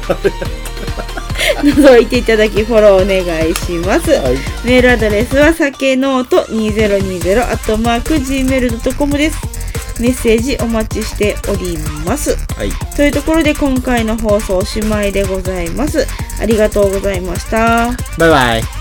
S2: 覗いていただきフォローお願いします、
S1: はい
S2: メールアドレスはさけのうと2020アットマーク Gmail.com ですメッセージお待ちしております
S1: はい
S2: というところで今回の放送おしまいでございますありがとうございました
S1: バイバイ